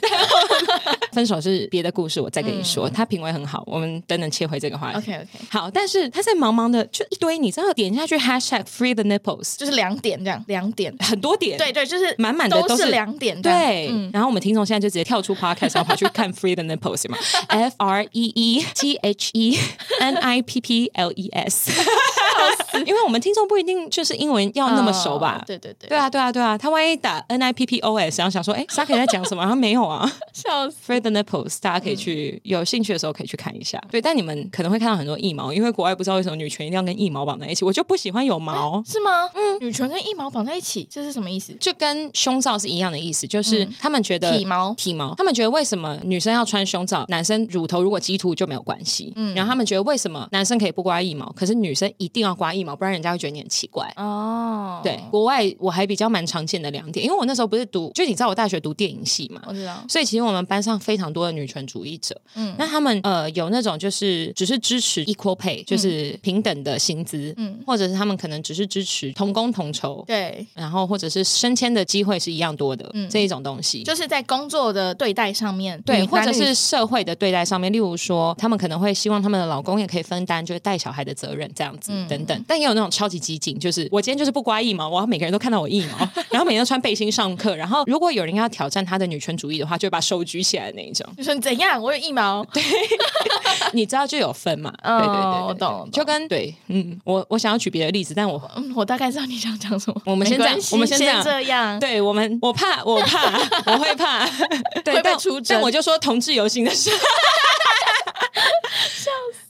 Speaker 2: 分手是别的故事，我再跟你说。他品味很好，我们等等切回这个话题。
Speaker 3: 嗯 OK OK，
Speaker 2: 好，但是他在茫茫的就一堆，你知道点下去 hashtag free the nipples，
Speaker 3: 就是两点这样，两点。
Speaker 2: 很多点，
Speaker 3: 对对，就是
Speaker 2: 满满的都
Speaker 3: 都
Speaker 2: 是
Speaker 3: 两点这样。
Speaker 2: 对，
Speaker 3: 嗯，
Speaker 2: 然后我们听众现在就直接跳出 podcast，然后跑去看 free the nipples
Speaker 3: <laughs>
Speaker 2: 嘛，f r e e t h e n i p p l e
Speaker 3: <laughs>
Speaker 2: s，因为我们听众不一定就是英文要那么熟吧
Speaker 3: 哦。对对对
Speaker 2: 对，啊，对啊，对啊，他万一打 N I P P O S，然后想说，哎 s a k 在讲什么？然后没有
Speaker 3: <laughs>
Speaker 2: 啊。
Speaker 3: <laughs> 笑死。
Speaker 2: Free the nipples，大家可以去、有兴趣的时候可以去看一下。对，但你们可能会看到很多腋毛，因为国外不知道为什么女权一定要跟腋毛绑在一起，我就不喜欢有毛。
Speaker 3: 是吗？嗯，女权跟腋毛绑在一起，这是什么意思？
Speaker 2: 就跟胸罩是一样的意思，就是
Speaker 3: 嗯
Speaker 2: 他们觉得
Speaker 3: 体毛
Speaker 2: 体毛，他们觉得为什么女生要穿胸罩，男生乳头如果激突就没有关系，嗯，然后他们觉得为什么男生可以不刮腋毛，可是女生一定要刮腋毛，不然人家会觉得你很奇怪。
Speaker 3: 哦，
Speaker 2: 对，国外我还比较蛮常见的两点，因为我那时候不是读，就你知道我大学读电影系嘛，
Speaker 3: 我知道。
Speaker 2: 所以其实我们班上非常多的女权主义者，
Speaker 3: 嗯
Speaker 2: 那他们呃有那种就是只是支持 equal pay，就是平等的薪资，
Speaker 3: 嗯
Speaker 2: 或者是他们可能只是支持同工同酬，
Speaker 3: 对，
Speaker 2: 然后或者是升迁的机会是一样多的，
Speaker 3: 嗯
Speaker 2: 这一种东西。
Speaker 3: 就是在工作的对待上面，
Speaker 2: 对，
Speaker 3: 女
Speaker 2: 或者
Speaker 3: 男女
Speaker 2: 是社会的对待上面，例如说，他们可能会希望他们的老公也可以分担，就是带小孩的责任这样子、
Speaker 3: 嗯
Speaker 2: 等等。但也有那种超级激进，就是我今天就是不刮腋毛，我要每个人都看到我腋
Speaker 3: <laughs>
Speaker 2: 毛，然后每天都穿背心上课。然后如果有人要挑战他的女权主义的话，就会把手举起来那一种。
Speaker 3: 就说你怎样，我有
Speaker 2: <laughs>
Speaker 3: 腋毛，对，
Speaker 2: 你知道就有分嘛？
Speaker 3: 哦
Speaker 2: 对对对对对
Speaker 3: 我懂我懂
Speaker 2: 就跟对，嗯，我我想要举别的例子，但我
Speaker 3: 嗯，我大概知道你想讲什么。
Speaker 2: <laughs> 我们先
Speaker 3: 没
Speaker 2: 这样
Speaker 3: 关系
Speaker 2: 我们先这样
Speaker 3: 先这样，
Speaker 2: 对我们，我怕，我怕，我会怕， <laughs> 对，
Speaker 3: 会被
Speaker 2: 但
Speaker 3: 出征
Speaker 2: 但我就说同志游行的 <laughs> 事。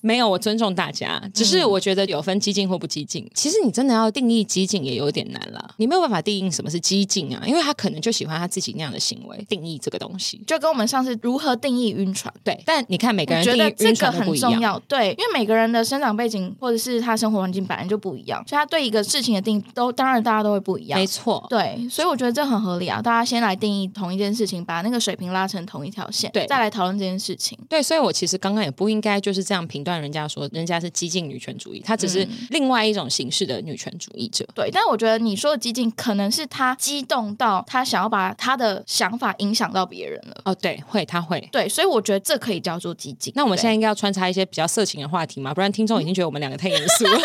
Speaker 2: 没有，我尊重大家，只是我觉得有分激进或不激进。嗯其实你真的要定义激进也有点难了，你没有办法定义什么是激进啊，因为他可能就喜欢他自己那样的行为，定义这个东西。
Speaker 3: 就跟我们上次如何定义晕船。
Speaker 2: 对，但你看每个
Speaker 3: 我
Speaker 2: 人
Speaker 3: 觉
Speaker 2: 定
Speaker 3: 得
Speaker 2: 义
Speaker 3: 这
Speaker 2: 晕
Speaker 3: 个
Speaker 2: 船都不
Speaker 3: 很
Speaker 2: 一
Speaker 3: 重
Speaker 2: 样。
Speaker 3: 要，对，因为每个人的生长背景或者是他生活环境本来就不一样，所以他对一个事情的定义都当然大家都会不一样
Speaker 2: 没。错，
Speaker 3: 对，所以我觉得这很合理啊，大家先来定义同一件事情，把那个水平拉成同一条线，
Speaker 2: 对
Speaker 3: 再来讨论这件事情。
Speaker 2: 对，所以我其实刚刚也不应该就是这样评断人家说人家是激进女权主义，她只是
Speaker 3: 嗯
Speaker 2: 另外一种形式的女权主义者。
Speaker 3: 对，但我觉得你说的激进，可能是他激动到他想要把他的想法影响到别人了。
Speaker 2: 哦，对，会，她会。
Speaker 3: 对，所以我觉得这可以叫做激进。
Speaker 2: 那我们
Speaker 3: 对
Speaker 2: 现在应该要穿插一些比较色情的话题嘛，不然听众已经觉得我们两个太严肃
Speaker 3: <laughs>
Speaker 2: 了。
Speaker 3: 啊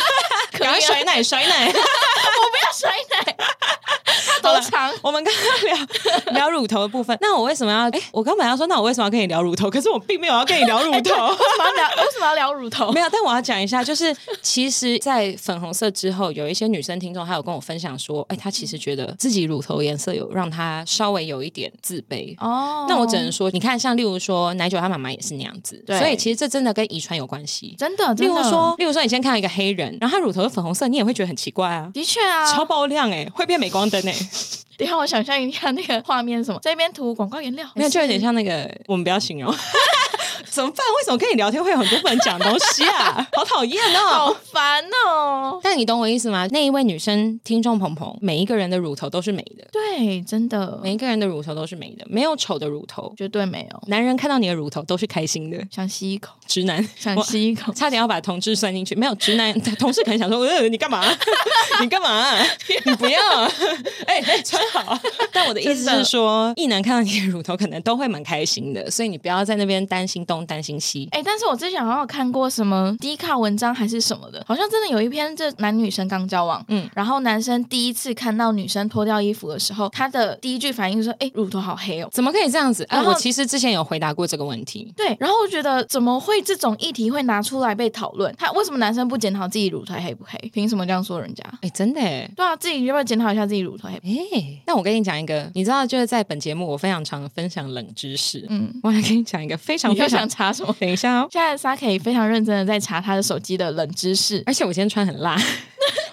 Speaker 2: 赶快甩奶，甩奶！
Speaker 3: 甩奶，
Speaker 2: <laughs>
Speaker 3: 他多长？ <laughs>
Speaker 2: 我们刚刚聊聊乳头的部分，那我为什么要？哎，我刚本来要说，那我为什么要跟你聊乳头？可是我并没有要跟你聊乳
Speaker 3: <laughs>
Speaker 2: 头。
Speaker 3: 为什么要聊？为什么要聊乳头
Speaker 2: 没？有，但我要讲一下，就是其实，在粉红色之后，有一些女生听众还有跟我分享说，哎，她其实觉得自己乳头颜色有让她稍微有一点自卑。
Speaker 3: 哦
Speaker 2: 那我只能说，你看，像例如说奶酒，她妈妈也是那样子，
Speaker 3: 对
Speaker 2: 所以其实这真的跟遗传有关系。
Speaker 3: 真的，
Speaker 2: 例
Speaker 3: 真
Speaker 2: 如
Speaker 3: 的
Speaker 2: 说，，例如说，你先看到一个黑人，然后他乳头是粉红色，你也会觉得很奇怪啊，
Speaker 3: 的确啊。
Speaker 2: 超爆亮哎、会变镁光灯哎、
Speaker 3: 等一下我想象一下那个画面是什么，这边涂广告颜料，
Speaker 2: 没有，就有点像那个，我们不要形 <laughs> 容。怎么办？为什么跟你聊天会有很多不能讲的东西 <laughs> 啊？好讨厌哦！
Speaker 3: 好烦哦。
Speaker 2: 但你懂我意思吗？那一位女生听众鹏鹏，每一个人的乳头都是美的，
Speaker 3: 对，真的，
Speaker 2: 每一个人的乳头都是美的，没有丑的乳头。
Speaker 3: 绝对没有。
Speaker 2: 男人看到你的乳头都是开心的，
Speaker 3: 想吸一 <laughs> 口，
Speaker 2: 直男
Speaker 3: 想
Speaker 2: 我
Speaker 3: 吸一口，
Speaker 2: <laughs>
Speaker 3: <laughs>
Speaker 2: 差点要把同志算进去，没有直男同事可能想说，呃，你干 <laughs> 嘛？你干嘛？你 <laughs> 不要，哎、哎穿好。 <laughs> 但我的意思
Speaker 3: 真
Speaker 2: 是
Speaker 3: 的
Speaker 2: 说，一男看到你的乳头，可能都会蛮开心的，所以你不要在那边担心东担心西。
Speaker 3: 哎、但是我之前好像有看过什么低卡文章还是什么的，好像真的有一篇，这男女生刚交往，
Speaker 2: 嗯
Speaker 3: 嗯，然后男生第一次看到女生脱掉衣服的时候，他的第一句反应就是说：“哎、乳头好黑哦。”
Speaker 2: 怎么可以这样子？啊，
Speaker 3: 然后
Speaker 2: 我其实之前有回答过这个问题。
Speaker 3: 对，然后我觉得怎么会这种议题会拿出来被讨论？他为什么男生不检讨自己乳头黑不黑？凭什么这样说人家？
Speaker 2: 哎、真的哎。
Speaker 3: 对啊，自己要不要检讨一下自己乳头黑不黑？
Speaker 2: 哎、那我跟你讲一个，你知道，就是在本节目我非常常分享冷知识，
Speaker 3: 嗯，
Speaker 2: 我来跟你讲一个非常
Speaker 3: 你又
Speaker 2: 非
Speaker 3: 想
Speaker 2: 常，？
Speaker 3: 查 <laughs> 什么
Speaker 2: 等一下哦，
Speaker 3: 现在 Saki 非常认真的在查他的手机的冷知识， <laughs>
Speaker 2: 而且我今天穿很辣，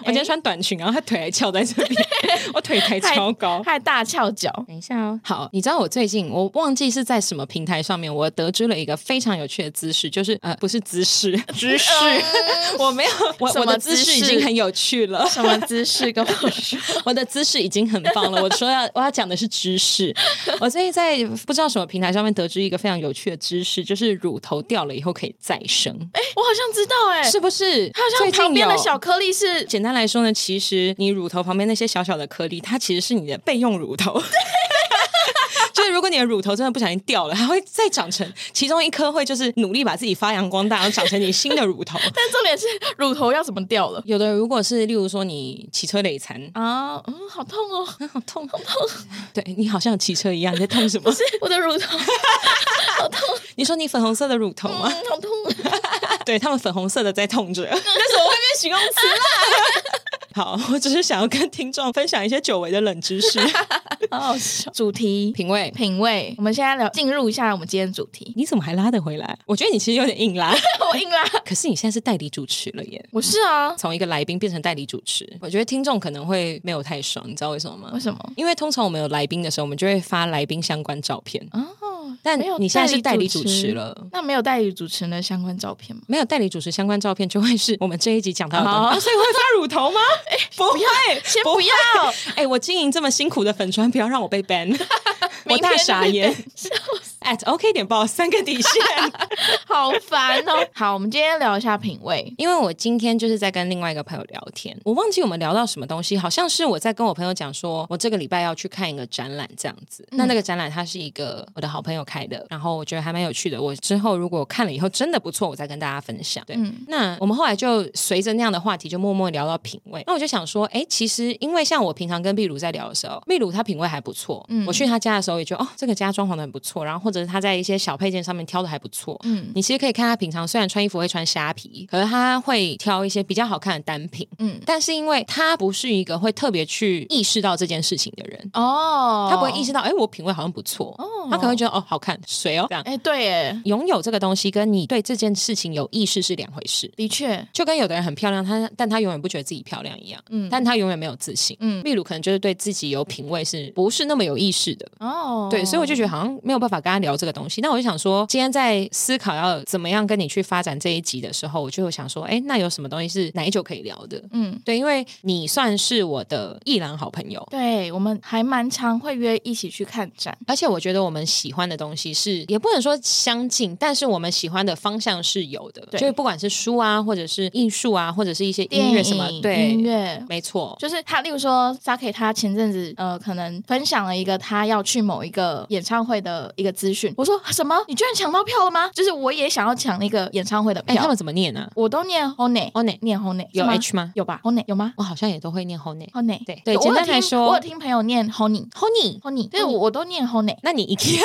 Speaker 2: 我今天穿短裙，然后她腿还翘在这边，
Speaker 3: 哎
Speaker 2: 我腿抬超高。
Speaker 3: 还大翘脚，
Speaker 2: 等一下哦，好，你知道我最近我忘记是在什么平台上面，我得知了一个非常有趣的姿势，就是呃，不是姿势，姿势，我没有，我
Speaker 3: 什么
Speaker 2: 我的姿势已
Speaker 3: 姿势
Speaker 2: 经很有趣了，
Speaker 3: 什么姿势跟 <laughs> 我说？
Speaker 2: 我的姿势已经很棒了。我说要我要讲的是知识。我最近在不知道什么平台上面得知一个非常有趣的知识，就是乳头掉了以后可以再生，
Speaker 3: 我好像知道哎、
Speaker 2: 是不是？
Speaker 3: 它好像
Speaker 2: 最近
Speaker 3: 旁边的
Speaker 2: 有
Speaker 3: 小颗粒是
Speaker 2: 简单来说呢，其实你乳头旁边那些小小的颗粒，它其实是你的备用乳头。 <laughs> 就是如果你的乳头真的不小心掉了，它会再长成，其中一颗会就是努力把自己发扬光大，然后长成你新的乳头。
Speaker 3: 但重点是乳头要怎么掉了
Speaker 2: <laughs> 有的如果是例如说你骑车累残，
Speaker 3: 啊？嗯，好痛哦，好痛，哦好痛！
Speaker 2: 对你好像骑车一样，你在痛什么？
Speaker 3: 我的乳 <laughs> 头，好痛，
Speaker 2: 你说你粉红色的乳头
Speaker 3: 嗯，
Speaker 2: 吗？
Speaker 3: 好痛！
Speaker 2: 对他们粉红色的在痛着。
Speaker 3: 但是我会变形容词了，
Speaker 2: <laughs> 好，我只是想要跟听众分享一些久违的冷知 <laughs> 识。
Speaker 3: 好好笑。啊主题
Speaker 2: 品味，
Speaker 3: 品味，我们现在聊进入一下我们今天的主题。
Speaker 2: 你怎么还拉得回来？我觉得你其实有点硬拉，
Speaker 3: <laughs> 我硬啦，
Speaker 2: 可是你现在是代理主持了耶。
Speaker 3: 我是啊，
Speaker 2: 从一个来宾变成代理主持，我觉得听众可能会没有太爽，你知道为什么吗
Speaker 3: 为？什么？
Speaker 2: 因为通常我们有来宾的时候，我们就会发来宾相关照片，
Speaker 3: 哦，
Speaker 2: 但
Speaker 3: 没有
Speaker 2: 你现在是代
Speaker 3: 代
Speaker 2: 理
Speaker 3: 理
Speaker 2: 主
Speaker 3: 主
Speaker 2: 持
Speaker 3: 持
Speaker 2: 了。
Speaker 3: 那没有代理主持人的相关照
Speaker 2: <laughs>
Speaker 3: 片吗？
Speaker 2: 没有代理主持相关照片，就会是我们这一集讲到的东西。
Speaker 3: 好
Speaker 2: 啊所以会发乳
Speaker 3: <laughs>
Speaker 2: 头吗？ <laughs> 不会，
Speaker 3: 先
Speaker 2: 不
Speaker 3: 不要，
Speaker 2: 哎、我经营这么辛苦的粉砖，不要让我被 ban。我
Speaker 3: <laughs> 明
Speaker 2: 大
Speaker 3: 天就
Speaker 2: 傻
Speaker 3: 被
Speaker 2: 眼。at OK 点报三个底线。
Speaker 3: 好烦哦。好，我们今天聊一下品味。
Speaker 2: 因为我今天就是在跟另外一个朋友聊天，我忘记我们聊到什么东西，好像是我在跟我朋友讲说，我这个礼拜要去看一个展览这样子。
Speaker 3: 嗯
Speaker 2: 那那个展览它是一个我的好朋友开的，然后我觉得还蛮有趣的。我之后如果看了以后真的不错，我再跟大家分享。对，
Speaker 3: 嗯
Speaker 2: 那我们后来就随着那样的话题，就默默聊到品味。那我就想说，哎，其实因为像我平常跟秘鲁在聊的时候，秘鲁他品味还不错，
Speaker 3: 嗯
Speaker 2: 我去他家的时候也觉得哦，这个家装潢的很不错，然后或者是他在一些小配件上面挑的还不错，
Speaker 3: 嗯
Speaker 2: 你其实可以看他平常虽然穿衣服会穿虾皮，可是他会挑一些比较好看的单品。
Speaker 3: 嗯，
Speaker 2: 但是因为他不是一个会特别去意识到这件事情的人，
Speaker 3: 哦，
Speaker 2: 他不会意识到，哎、我品味好像不错，
Speaker 3: 哦
Speaker 2: 他可能会觉得哦，好看，水哦，这样。
Speaker 3: 哎、对，哎，
Speaker 2: 拥有这个东西跟你对这件事情有意识是两回事，
Speaker 3: 的确，
Speaker 2: 就跟有的人很漂亮，他但他永远不觉得自己漂亮一样，
Speaker 3: 嗯，
Speaker 2: 但他永远没有自信。
Speaker 3: 嗯，
Speaker 2: 秘鲁可能就是对自己有品味是不是那么有意识的，
Speaker 3: 哦，
Speaker 2: 对，所以我就觉得好像没有办法跟他聊这个东西。那我就想说，今天在思考要怎么样跟你去发展这一集的时候，我就想说，哎，那有什么东西是奶酒可以聊的？
Speaker 3: 嗯，
Speaker 2: 对，因为你算是我的艺兰好朋友。
Speaker 3: 对我们还蛮常会约一起去看展，
Speaker 2: 而且我觉得我们喜欢的东西是，也不能说相近，但是我们喜欢的方向是有的，
Speaker 3: 对
Speaker 2: 就是不管是书啊，或者是艺术啊，或者是一些
Speaker 3: 电
Speaker 2: 音乐什么，
Speaker 3: 影
Speaker 2: 对，
Speaker 3: 音乐。
Speaker 2: 没错，
Speaker 3: 就是他，例如说 s a k 他前阵子呃，可能分享了一个他要去某一个演唱会的一个资讯。我说什么？你居然抢到票了吗？就是我也想要抢那个演唱会的
Speaker 2: 哎、
Speaker 3: 票。
Speaker 2: 他们怎么念呢、
Speaker 3: 我都念 Honey
Speaker 2: Honey
Speaker 3: 念 Honey
Speaker 2: 有
Speaker 3: 是
Speaker 2: H 吗
Speaker 3: 有吧？Honey 有吗
Speaker 2: 我好像也都会念 Honey
Speaker 3: ？Honey
Speaker 2: 对对
Speaker 3: 我有
Speaker 2: 简单来
Speaker 3: 听
Speaker 2: 说
Speaker 3: 我有听朋友念 Honey
Speaker 2: Honey，
Speaker 3: Honey，就是我我都念 Honey
Speaker 2: 那你 IKEA，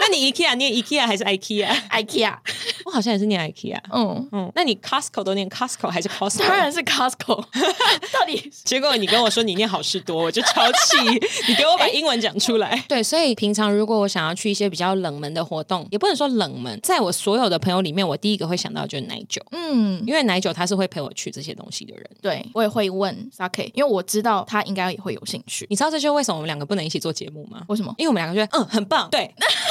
Speaker 2: 那你 IKEA 念 IKEA 还是 IKEA？
Speaker 3: <laughs> IKEA，
Speaker 2: 我好像也是念 IKEA。
Speaker 3: 嗯，
Speaker 2: 嗯，那你 Costco 都念 Costco 还是 Costco？
Speaker 3: 当然是 Costco，到底
Speaker 2: <laughs> 结果你跟我说你念好事多，我就超 <laughs> 气！你给我把英文讲出来。哎对，所以平常如果我想要去一些比较冷门的活动，也不能说冷门，在我所有的朋友里面，我第一个会想到就是奶酒，
Speaker 3: 嗯，
Speaker 2: 因为奶酒他是会陪我去这些东西的人。
Speaker 3: 对我也会问 Saki，因为我知道他应该也会有兴趣。
Speaker 2: 你知道这就是为什么我们两个不能一起做节目吗？
Speaker 3: 为什么？
Speaker 2: 因为我们两个觉得嗯很棒，对，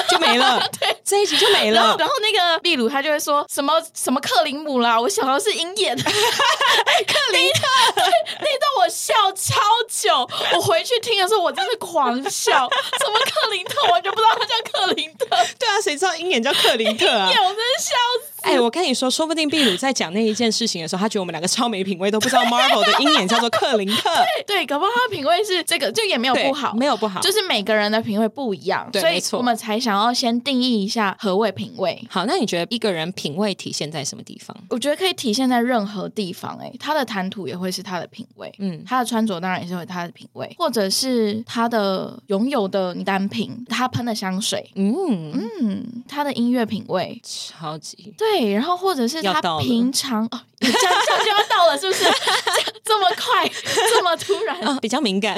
Speaker 2: 就没了， <laughs> 对，这一集就没
Speaker 3: 然后，
Speaker 2: 了。
Speaker 3: 然后那个秘鲁他就会说什么什么克林姆啦，我想到是鹰眼， <laughs> 克林特，对那一段我笑超久，我回去听的时候我真的狂笑，什么克林特，我完全不知道他叫克林 <laughs> 特，
Speaker 2: 对啊，谁知 <laughs> 道鹰眼叫克林特啊
Speaker 3: 哎，我真的笑死。
Speaker 2: <laughs> 哎、我跟你说，说不定秘鲁在讲那一件事情的时候，他觉得我们两个超没品味，都不知道 Marvel 的鹰眼叫做克
Speaker 3: <laughs>
Speaker 2: 林特，
Speaker 3: 对，搞不好他的品味是这个，就也没有
Speaker 2: 对
Speaker 3: 不好，
Speaker 2: 没有不好，
Speaker 3: 就是每个人的品味不一样，
Speaker 2: 对
Speaker 3: 所
Speaker 2: 没
Speaker 3: 以
Speaker 2: 错
Speaker 3: 我们才想要先定义一下何谓品味。
Speaker 2: 好。那你觉得一个人品味体现在什么地方？
Speaker 3: 我觉得可以体现在任何地方、欸，他的谈吐也会是他的品味，
Speaker 2: 嗯
Speaker 3: 嗯，他的穿着当然也是会他的品味，或者是他的拥有的单品，他喷的香水，
Speaker 2: 嗯，
Speaker 3: 嗯，他的音乐品味，
Speaker 2: 超级。
Speaker 3: 对，然后或者是
Speaker 2: 要
Speaker 3: 他
Speaker 2: 到了
Speaker 3: 平常哦，这样这样就要到了，是不是？这这么快，这么突然， <laughs>
Speaker 2: 啊、比较敏感，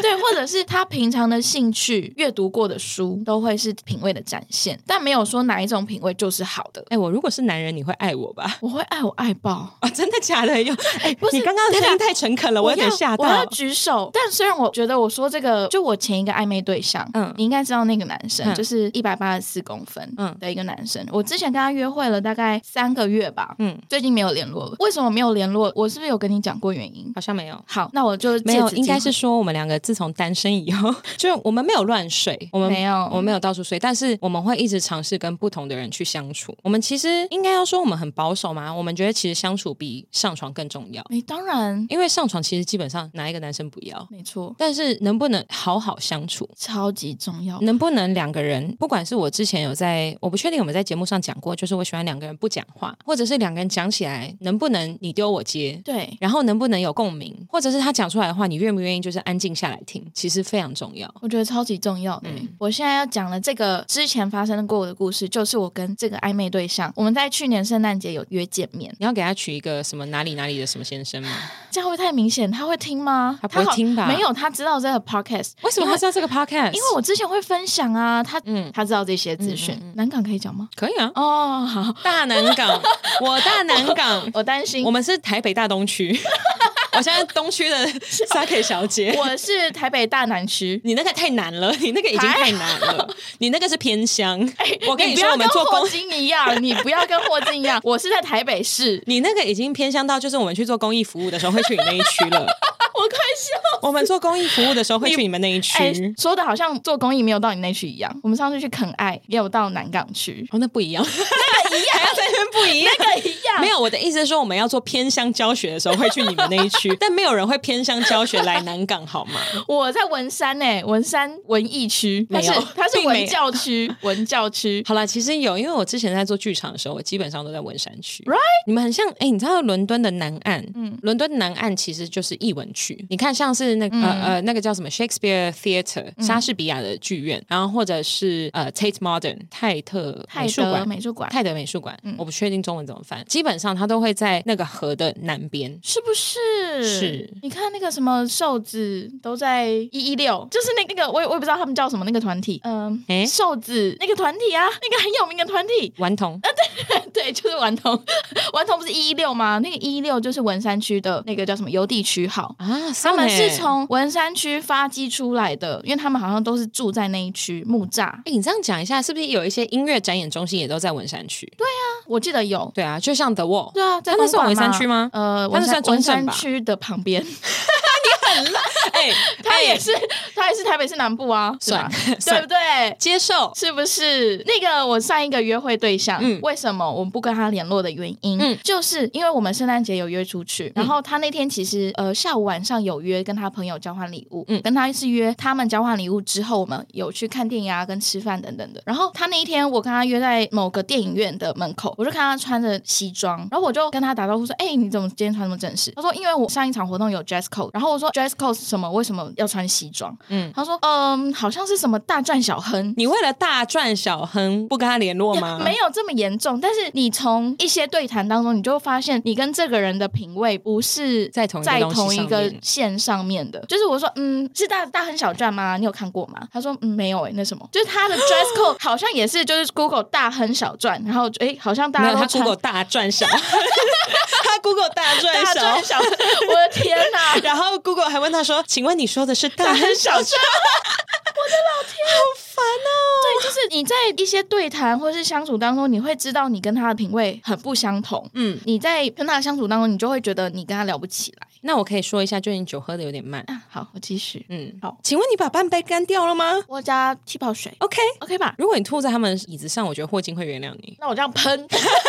Speaker 3: 对，对，或者是他平常的兴趣、阅读过的书，都会是品味的展现，但没有说哪一种品味就是好的。
Speaker 2: 哎，我如果是男人，你会爱我吧？
Speaker 3: 我会爱我爱爆，
Speaker 2: 啊，真的假的？有
Speaker 3: 哎、不是
Speaker 2: 你刚刚
Speaker 3: 等
Speaker 2: 声
Speaker 3: 等
Speaker 2: 音太诚恳了，
Speaker 3: 我
Speaker 2: 有点吓
Speaker 3: 要我要
Speaker 2: 到。
Speaker 3: 举手，但虽然我觉得我说这个，就我前一个暧昧对象，
Speaker 2: 嗯
Speaker 3: 嗯，你应该知道那个男生，
Speaker 2: 嗯
Speaker 3: 就是一百八十四公分，
Speaker 2: 嗯
Speaker 3: 嗯的一个男生。我之前跟他约会了大概三个月吧，
Speaker 2: 嗯，
Speaker 3: 最近没有联络了。为什么没有联络？我是不是有跟你讲过原因？
Speaker 2: 好像没有。
Speaker 3: 好，那我就
Speaker 2: 没有
Speaker 3: 借，此
Speaker 2: 应该
Speaker 3: 机会
Speaker 2: 是说我们两个自从单身以后， <laughs> 就是我们没有乱睡，我们
Speaker 3: 没有
Speaker 2: 我们没有到处睡，但是我们会一直尝试跟不同的人去相处。我们其实应该要说我们很保守嘛，我们觉得其实相处比上床更重要，
Speaker 3: 哎，当然
Speaker 2: 因为上床其实基本上哪一个男生不要，
Speaker 3: 没错，
Speaker 2: 但是能不能好好相处，
Speaker 3: 超级重要。
Speaker 2: 能不能两个人，不管是我之前有在，我不确定有没有在节目上讲过，就是我喜欢两个人不讲话，或者是两个人讲起来能不能你丢我接，
Speaker 3: 对，
Speaker 2: 然后能不能有共鸣，或者是他讲出来的话，你愿不愿意就是安静下来听，其实非常重要。
Speaker 3: 我觉得超级重要的欸、
Speaker 2: 嗯
Speaker 3: 我现在要讲的这个之前发生过的故事，就是我跟这个暧昧对象，我们在去年圣诞节有约见面。
Speaker 2: 你要给他取一个什么哪里哪里的什么先生吗？
Speaker 3: 这样会不会太明显？他会听吗？
Speaker 2: 他不会
Speaker 3: 好
Speaker 2: 听吧
Speaker 3: 没有，他知道这个 podcast。
Speaker 2: 为什么他知道这个 podcast？
Speaker 3: 因为我之前会分享啊，他
Speaker 2: 嗯
Speaker 3: 嗯，他知道这些资讯。
Speaker 2: 嗯嗯
Speaker 3: 南港可以讲吗？
Speaker 2: 可以啊，
Speaker 3: 哦，好，
Speaker 2: 大南 <laughs> 港，我大南港，
Speaker 3: <laughs> 我担心
Speaker 2: 我。们是台北大东 <laughs> 区，我现在东区的 Sake 小姐。
Speaker 3: 我是台北大南区，
Speaker 2: 你那个太难了，你那个已经太难了，你那个是偏 <laughs> 乡。 <laughs> 我跟
Speaker 3: 你不
Speaker 2: 说，
Speaker 3: 要
Speaker 2: 我们
Speaker 3: 跟
Speaker 2: 做
Speaker 3: 霍
Speaker 2: 公，
Speaker 3: 金一样，你不要跟霍金一样，我是在台
Speaker 2: <laughs>
Speaker 3: 北市，
Speaker 2: 你那个已经偏乡到，就是我们去做公益服务的时候会去你那一区 <laughs> 了。
Speaker 3: 我快笑。
Speaker 2: 啊我们做公益服务的时候会哦去你们那一
Speaker 3: 哎、
Speaker 2: 区。
Speaker 3: 说的好像做公益没有到你那区一样。我们上次去垦爱也有到南港区，
Speaker 2: 哦，那不一样，那个一样， <laughs> 还要在那边不一样，那个一
Speaker 3: <laughs> 样
Speaker 2: 没有，我的意思是说，我们要做偏乡教学的时候会去你们那一区， <laughs> 但没有人会偏乡教学来南港，好吗？
Speaker 3: 我在文山呢、欸文山文艺区，它是
Speaker 2: 没有
Speaker 3: 它是
Speaker 2: 并没
Speaker 3: 文
Speaker 2: 有
Speaker 3: 教
Speaker 2: <laughs>
Speaker 3: 区，文教区。
Speaker 2: 好啦，其实有，因为我之前在做剧场的时候，我基本上都在文山区。Right，你们很像，哎、你知道伦敦的南岸，嗯，伦敦南岸其实就是艺文区。你看，像是那个、呃
Speaker 3: 嗯
Speaker 2: 呃那个叫什么 Shakespeare Theatre 莎士比亚的剧院，然后或者是呃 Tate Modern 泰特
Speaker 3: 泰
Speaker 2: 美术
Speaker 3: 德
Speaker 2: 馆。
Speaker 3: 美术馆嗯
Speaker 2: 泰德美术馆，我不确定中文怎么翻，基本上它都会在那个河的南边。
Speaker 3: 是不是？
Speaker 2: 是
Speaker 3: 你看那个什么瘦子都在一一六，就是那那个我也我也不知道他们叫什么那个团体，嗯、
Speaker 2: 诶
Speaker 3: 瘦子那个团体啊，那个很有名的团体， <laughs>
Speaker 2: 顽童，
Speaker 3: 呃对，就是顽童， <laughs> 顽童不是一一六吗？那个一一六就是文山区的那个叫什么邮递区号。
Speaker 2: 啊，
Speaker 3: 他们
Speaker 2: 欸
Speaker 3: 是从文山区发迹出来的，因为他们好像都是住在那一区木栅，啊
Speaker 2: 哎、你这样讲一下，是不是有一些音乐展演中心也都在文山区？对
Speaker 3: 我记得有。
Speaker 2: 对啊，就像 The Wall，
Speaker 3: 对啊，在
Speaker 2: 它那是
Speaker 3: 公馆
Speaker 2: 文山
Speaker 3: 嘛
Speaker 2: 区吗
Speaker 3: 呃，
Speaker 2: 它
Speaker 3: 文
Speaker 2: 是
Speaker 3: 山
Speaker 2: 算中正
Speaker 3: 文山
Speaker 2: 吧
Speaker 3: 区的旁
Speaker 2: <laughs>
Speaker 3: 边，<laughs>
Speaker 2: 哎、
Speaker 3: 它
Speaker 2: 哎
Speaker 3: 也是它也是台北市南部啊， <laughs> 是吧？
Speaker 2: 算 <laughs>
Speaker 3: 对
Speaker 2: 算
Speaker 3: 不对？
Speaker 2: 接受。
Speaker 3: 是不是那个我上一个约会对象？
Speaker 2: 嗯
Speaker 3: 为什么我们不跟他联络的原因？
Speaker 2: 嗯
Speaker 3: 就是因为我们圣诞节有约出去，然后他那天其实呃下午晚上有约跟他朋友交换礼物，
Speaker 2: 嗯
Speaker 3: 跟他是约他们交换礼物之后，我们有去看电影啊、跟吃饭等等的。然后他那一天我跟他约在某个电影院的门口，我就看他穿着西装，然后我就跟他打招呼说：“哎、你怎么今天穿那么正式？”他说：“因为我上一场活动有 dress code。”然后我说：“dress code 是什么？为什么要穿西装？”
Speaker 2: 嗯
Speaker 3: 嗯，他说：“嗯，好像是什么大赚小亨。”
Speaker 2: 你为了大赚小亨不跟他联络吗？
Speaker 3: 没有这么严重，但是你从一些对谈当中，你就会发现你跟这个人的品味不是
Speaker 2: 在同一个
Speaker 3: 在
Speaker 2: 东西
Speaker 3: 同一
Speaker 2: 上
Speaker 3: 个
Speaker 2: 面
Speaker 3: 线上面的。就是我说，嗯，是大大亨小传吗？你有看过吗？他说，嗯，没有诶、那什么，就是他的 dress code 好像也是就是 Google 大亨小传，然后诶、好像大
Speaker 2: 没
Speaker 3: 家
Speaker 2: 有，
Speaker 3: 都
Speaker 2: 他
Speaker 3: 穿
Speaker 2: Google 大赚小，
Speaker 3: <laughs>
Speaker 2: <laughs> 他 Google 大赚
Speaker 3: 大
Speaker 2: 小
Speaker 3: 亨。小传，我的天哪、
Speaker 2: 然后 Google 还问他说：“请问你说的是大亨小
Speaker 3: 小
Speaker 2: <laughs>
Speaker 3: 传。我的老天，好烦哦！对，就是你在一些对谈或是相处当中，你会知道你跟他的品味很不相同。
Speaker 2: 嗯
Speaker 3: 嗯，你在跟他的相处当中，你就会觉得你跟他聊不起来。？”
Speaker 2: 那我可以说一下，最近酒喝的有点慢。
Speaker 3: 啊好，我继续。
Speaker 2: 嗯，
Speaker 3: 好
Speaker 2: 请问你把半杯干掉了吗
Speaker 3: 我加气泡水
Speaker 2: ？OK，
Speaker 3: ，OK 吧？
Speaker 2: 如果你吐在他们椅子上，我觉得霍金会原谅你。
Speaker 3: 那我这样喷， <laughs>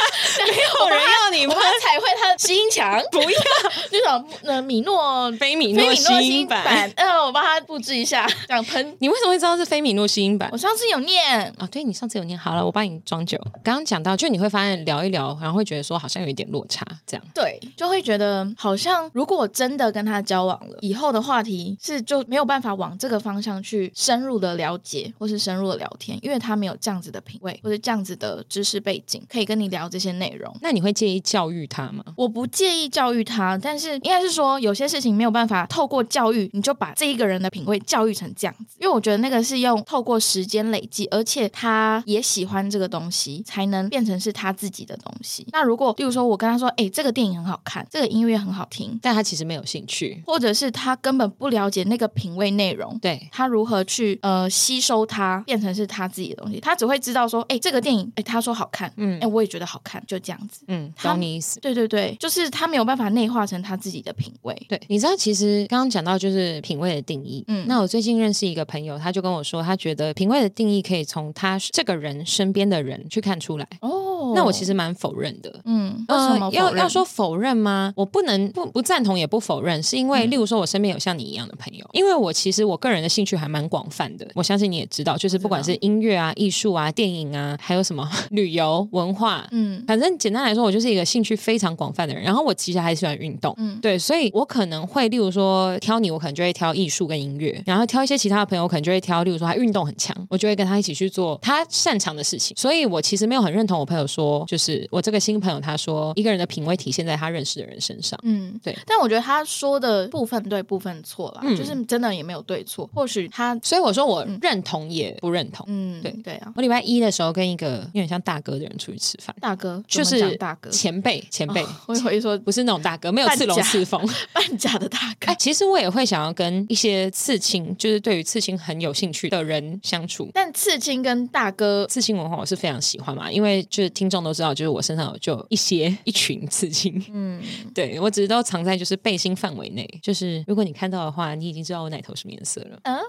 Speaker 3: 没有
Speaker 2: 有人要你
Speaker 3: 我
Speaker 2: 喷
Speaker 3: 帮他彩绘他的吸音墙，
Speaker 2: <laughs> 不要
Speaker 3: 那种呃米诺
Speaker 2: 菲米
Speaker 3: 米
Speaker 2: 诺
Speaker 3: 吸
Speaker 2: 吸音
Speaker 3: 音
Speaker 2: 版，
Speaker 3: 呃，我帮他布置一下，这样喷。
Speaker 2: 你为什么会知道是菲米诺吸音版
Speaker 3: 我？上次有念念。
Speaker 2: 哦，对你上次有念好了，我帮你装酒。刚刚讲到，就你会发现聊一聊，然后会觉得说好像有一点落差，这样
Speaker 3: 对，就会觉得好像如果真的跟他交往了，以后的话题是就没有办法往这个方向去深入的了解，或是深入的聊天，因为他没有这样子的品味，或者这样子的知识背景，可以跟你聊这些内容。
Speaker 2: 那你会介意教育他吗？
Speaker 3: 我不介意教育他，但是应该是说有些事情没有办法透过教育，你就把这一个人的品味教育成这样子。因为我觉得那个是用透过时间累积，而且他也喜欢这个东西，才能变成是他自己的东西。那如果例如说我跟他说，哎、这个电影很好看，这个音乐很好听，
Speaker 2: 但他其实没有兴趣。
Speaker 3: 或者是他根本不了解那个品味内容，
Speaker 2: 对，
Speaker 3: 他如何去呃吸收它，变成是他自己的东西。他只会知道说，哎、这个电影，哎、他说好看，
Speaker 2: 嗯
Speaker 3: 哎、我也觉得好看，就这样子。
Speaker 2: 嗯，
Speaker 3: 他
Speaker 2: 懂你意思。
Speaker 3: 对对对，就是他没有办法内化成他自己的品味。
Speaker 2: 对，你知道其实刚刚讲到就是品味的定义，嗯
Speaker 3: 嗯，
Speaker 2: 那我最近认识一个朋友，他就跟我说，他觉得品味的定义可以从他这个人身边的人去看出来。
Speaker 3: 哦
Speaker 2: 那我其实蛮否认的，
Speaker 3: 嗯，为什么否认、
Speaker 2: 呃要要说否认吗？我不能不不赞同，也不否认，是因为，
Speaker 3: 嗯
Speaker 2: 例如说，我身边有像你一样的朋友，因为我其实我个人的兴趣还蛮广泛的，我相信你也知道，就是不管是音乐啊、艺术啊、电影啊，还有什么 <laughs> 旅游、文化，
Speaker 3: 嗯
Speaker 2: 反正简单来说，我就是一个兴趣非常广泛的人。然后我其实还喜欢运动，
Speaker 3: 嗯
Speaker 2: 对，所以我可能会，例如说挑你，我可能就会挑艺术跟音乐，然后挑一些其他的朋友，我可能就会挑，例如说他运动很强，我就会跟他一起去做他擅长的事情。所以我其实没有很认同我朋友说，就是我这个新朋友他说，一个人的品味体现在他认识的人身上。
Speaker 3: 嗯，
Speaker 2: 对
Speaker 3: 但我觉得他说的部分对，部分错啦，
Speaker 2: 嗯
Speaker 3: 就是真的也没有对错。或许他，
Speaker 2: 所以我说我
Speaker 3: 嗯
Speaker 2: 认同也不认同。
Speaker 3: 嗯，
Speaker 2: 对
Speaker 3: 对啊，
Speaker 2: 我礼拜一的时候跟一个有点像大哥的人出去吃饭，
Speaker 3: 大哥
Speaker 2: 就
Speaker 3: 怎么
Speaker 2: 是
Speaker 3: 讲大哥，哦
Speaker 2: 前辈前辈，
Speaker 3: 我以为说
Speaker 2: 不是那种大哥，没有刺龙
Speaker 3: 半甲
Speaker 2: 刺凤。
Speaker 3: 半假的大哥。
Speaker 2: 哎，其实我也会想要跟一些刺青，就是对于刺青很有兴趣的人相处。
Speaker 3: 但刺青跟大哥，
Speaker 2: 刺青文化我是非常喜欢嘛，因为就是听众都知道，就是我身上有就有一些一群刺青，
Speaker 3: 嗯，
Speaker 2: <laughs> 对我只是都藏在就是背心范围内。就是如果你看到的话，你已经知道我奶头什么颜色了。
Speaker 3: 哦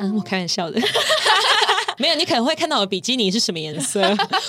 Speaker 2: 嗯，我开玩笑
Speaker 3: <laughs>
Speaker 2: 的。 <laughs> 没有，你可能会看到我比基尼是什么颜色。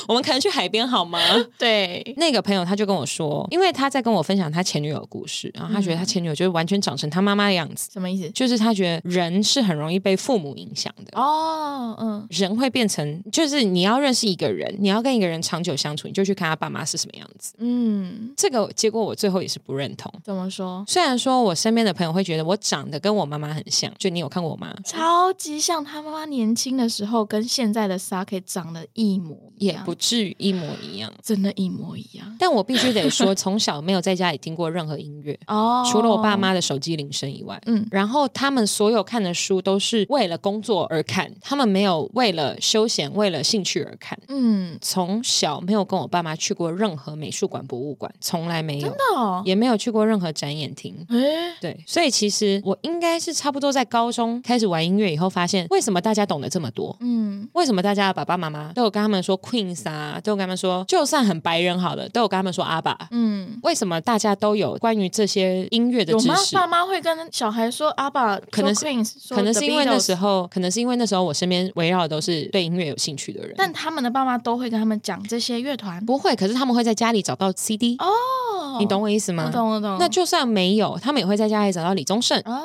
Speaker 2: 我们可能去海边好吗？ <laughs>
Speaker 3: 对，
Speaker 2: 那个朋友他就跟我说，因为他在跟我分享他前女友的故事，然后他觉得
Speaker 3: 嗯
Speaker 2: 他前女友就是完全长成他妈妈的样子，
Speaker 3: 什么意思？
Speaker 2: 就是他觉得人是很容易被父母影响的。
Speaker 3: 哦，嗯，
Speaker 2: 人会变成，就是你要认识一个人，你要跟一个人长久相处，你就去看他爸妈是什么样子。
Speaker 3: 嗯，
Speaker 2: 这个结果我最后也是不认同。
Speaker 3: 怎么说？
Speaker 2: 虽然说我身边的朋友会觉得我长得跟我妈妈很像，就你有看过我妈？
Speaker 3: 超级像他妈妈年轻的时候跟现在的 Saki 长得一模一
Speaker 2: 也
Speaker 3: 样，
Speaker 2: 不至于一模一样，
Speaker 3: 真的，一模一样。
Speaker 2: 但我必须得说，从小没有在家里听过任何音乐，
Speaker 3: 哦
Speaker 2: 除了我爸，妈的手机铃声以外。
Speaker 3: 嗯，
Speaker 2: 然后他们所有看的书都是为了工作而看，他们没有为了休闲、为了兴趣而看。
Speaker 3: 嗯，
Speaker 2: 从小没有跟我爸妈去过任何美术馆、博物馆，从来没有
Speaker 3: 真，的哦，
Speaker 2: 也没有去过任何展演厅。
Speaker 3: 诶，
Speaker 2: 对，所以其实我应该是差不多在高中开始玩音乐以后，发现为什么大家懂得这么多。
Speaker 3: 嗯，
Speaker 2: 为什么大家的爸爸妈妈都有跟他们说 Queen 啊，都有跟他们说，就算很白人好了，都有跟他们说阿爸。
Speaker 3: 嗯，
Speaker 2: 为什么大家都有关于这些音乐的
Speaker 3: 有
Speaker 2: 知
Speaker 3: 妈
Speaker 2: 识？
Speaker 3: 爸妈会跟小孩说阿爸，
Speaker 2: 可能是
Speaker 3: q u e e n s
Speaker 2: 可能是因为那时
Speaker 3: 候，
Speaker 2: 候，可能是因为那时候我身边围绕的都是对音乐有兴趣的人，
Speaker 3: 但他们的爸妈都会跟他们讲这些乐团。
Speaker 2: 不会。可是他们会在家里找到 CD，、
Speaker 3: 哦
Speaker 2: 你懂我意思吗？
Speaker 3: 我懂，我懂。
Speaker 2: 那就算没有，他们也会在家里找到李宗盛，
Speaker 3: 嗯哦，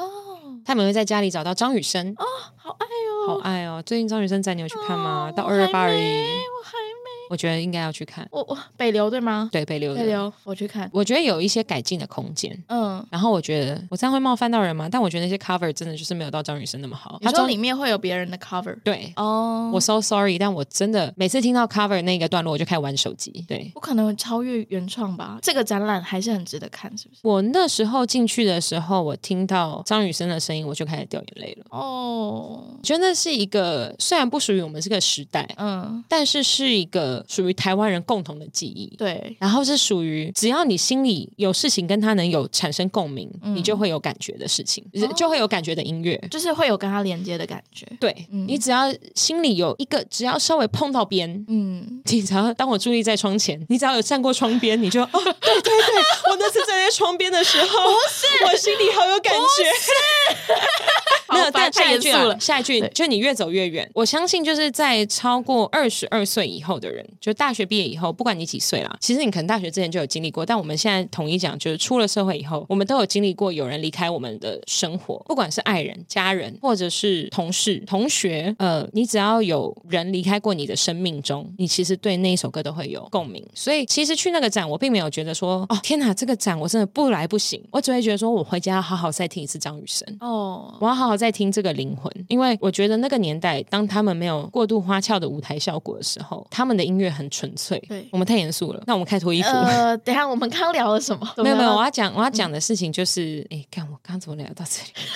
Speaker 2: 他们也会在家里找到张雨生。
Speaker 3: 好爱
Speaker 2: 好
Speaker 3: 哦，
Speaker 2: 爱哦！最近张雨生展你有去看吗？
Speaker 3: 哦
Speaker 2: 到二月八而
Speaker 3: 我还
Speaker 2: 已
Speaker 3: 没，我还没，
Speaker 2: 我觉得应该要去看。
Speaker 3: 我我北流对吗？
Speaker 2: 对，被溜
Speaker 3: 北
Speaker 2: 的，
Speaker 3: 流，我去看。
Speaker 2: 我觉得有一些改进的空间。
Speaker 3: 嗯，
Speaker 2: 然后我觉得我这样会冒犯到人吗？但我觉得那些 cover 真的就是没有到张雨生那么好。
Speaker 3: 你
Speaker 2: 中
Speaker 3: 说里面会有别人的 cover
Speaker 2: 对。
Speaker 3: 哦，
Speaker 2: 我 so sorry，但我真的每次听到 cover 那个段落，我就开始玩手机。对
Speaker 3: 不可能会超越原创吧？这个展览还是很值得看，是不是？
Speaker 2: 我那时候进去的时候，我听到张雨生的声音，我就开始掉眼泪了。
Speaker 3: 哦
Speaker 2: 我，觉得那是一个虽然不属于我们这个时代，
Speaker 3: 嗯，
Speaker 2: 但是是一个属于台湾人共同的记忆。
Speaker 3: 对，
Speaker 2: 然后是属于只要你心里有事情跟他能有产生共鸣，
Speaker 3: 嗯哦
Speaker 2: 你就会有感觉的事情，就就会有感觉的音乐。
Speaker 3: 就是会有跟他连接的感觉。
Speaker 2: 对、
Speaker 3: 嗯
Speaker 2: 你只要心里有一个，只要稍微碰到边。 <laughs>
Speaker 3: 嗯，
Speaker 2: 你只要当我伫立在窗前，你只要有站过窗边，你就哦，对对对， <laughs> 我那次站在窗边的时候，我心里好有感觉，
Speaker 3: <laughs> 好
Speaker 2: 没有，
Speaker 3: 烦
Speaker 2: 但
Speaker 3: 太
Speaker 2: 下一
Speaker 3: 严
Speaker 2: 句
Speaker 3: 肃
Speaker 2: 啊
Speaker 3: 了。
Speaker 2: 下一句
Speaker 3: 对
Speaker 2: 就你越走越远。我相信就是在超过二十二岁以后的人，就大学毕业以后，不管你几岁啦，其实你可能大学之前就有经历过，但我们现在统一讲，就是出了社会以后，我们都有经历过有人离开我们的生活，不管是爱人、家人，或者是同事、同学，呃，你只要有人离开过你的生命中，你其实对那一首歌都会有共鸣。所以其实去那个展，我并没有觉得说，哦，天哪，这个展我真的不来不行，我只会觉得说我回家要好好再听一次张雨生。
Speaker 3: 哦，
Speaker 2: 我要好好再听这个灵魂，因为我觉得那个年代，当他们没有过度花俏的舞台效果的时候，他们的音乐很纯粹。
Speaker 3: 对
Speaker 2: 我们太严肃了，那我们开脱衣服。
Speaker 3: 呃，等一下我们刚聊了什么？
Speaker 2: <laughs>
Speaker 3: 嗯
Speaker 2: 没有没有，我
Speaker 3: 啊，
Speaker 2: 要讲我要讲的事情就是，哎、看我刚怎么聊到这里？ <laughs>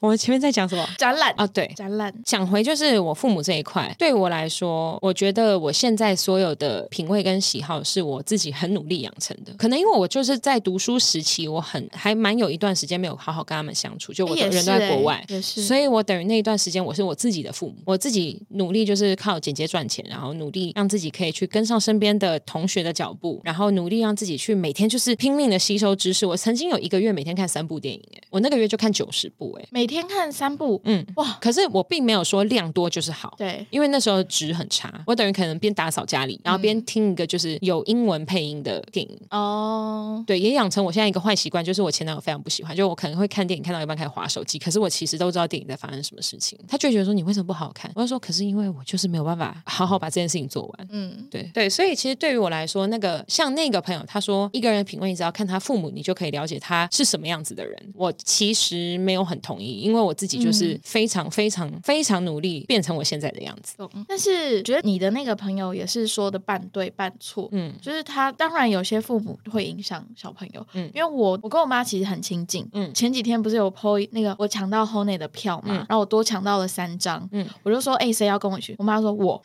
Speaker 2: 我们前面在讲什么？
Speaker 3: <laughs> 展览
Speaker 2: 哦，对，
Speaker 3: 展览
Speaker 2: 讲回就是我父母这一块，对我来说，我觉得我现在所有的品味跟喜好是我自己很努力养成的。可能因为我就是在读书时期，我很还蛮有一段时间没有好好跟他们相处，就我
Speaker 3: 哎也
Speaker 2: 的
Speaker 3: 是
Speaker 2: 人都在国外，
Speaker 3: 欸也是
Speaker 2: 所以我等于那一段时间我是我自己的父母，我自己努力就是靠剪接赚钱，然后努力让自己可以去跟上身边的同学的脚步，然后努力让自己去每天就是拼命的吸收知识。我曾经有一个月每天看三部电影、欸，我那个月就看九十部、欸，
Speaker 3: 每天看三部，
Speaker 2: 嗯，
Speaker 3: 哇，
Speaker 2: 可是我并没有说量多就是好，
Speaker 3: 对，
Speaker 2: 因为那时候值很差，我等于可能边打扫家里，
Speaker 3: 嗯
Speaker 2: 然后边听一个就是有英文配音的电影。
Speaker 3: 哦，
Speaker 2: 对，也养成我现在一个坏习惯，就是我前男友非常不喜欢，就我可能会看电影看到一半开始划手机，可是我其实都知道电影在发生什么事情，他就会觉得说你为什么不好好看？我就说可是因为我就是没有办法好好把这件事情做完。
Speaker 3: 嗯，
Speaker 2: 对对，所以其实对于我来说，那个像那个朋友，他说一个人的品味，你只要看他父母，你就可以了解他是什么样子的人。我其实没有很同意，因为我自己就是
Speaker 3: 嗯
Speaker 2: 非常非常非常努力变成我现在的样子。
Speaker 3: 懂。但是觉得你的那个朋友也是说的半对半错，
Speaker 2: 嗯
Speaker 3: 就是他，当然有些父母会影响小朋友，
Speaker 2: 嗯
Speaker 3: 因为我我跟我妈其实很亲近，
Speaker 2: 嗯
Speaker 3: 前几天不是有 PO 那个我抢到 h o n e y 的票嘛，
Speaker 2: 嗯
Speaker 3: 然后我多抢到了三张，
Speaker 2: 嗯
Speaker 3: 我就说，哎、谁要跟我去？我妈说我，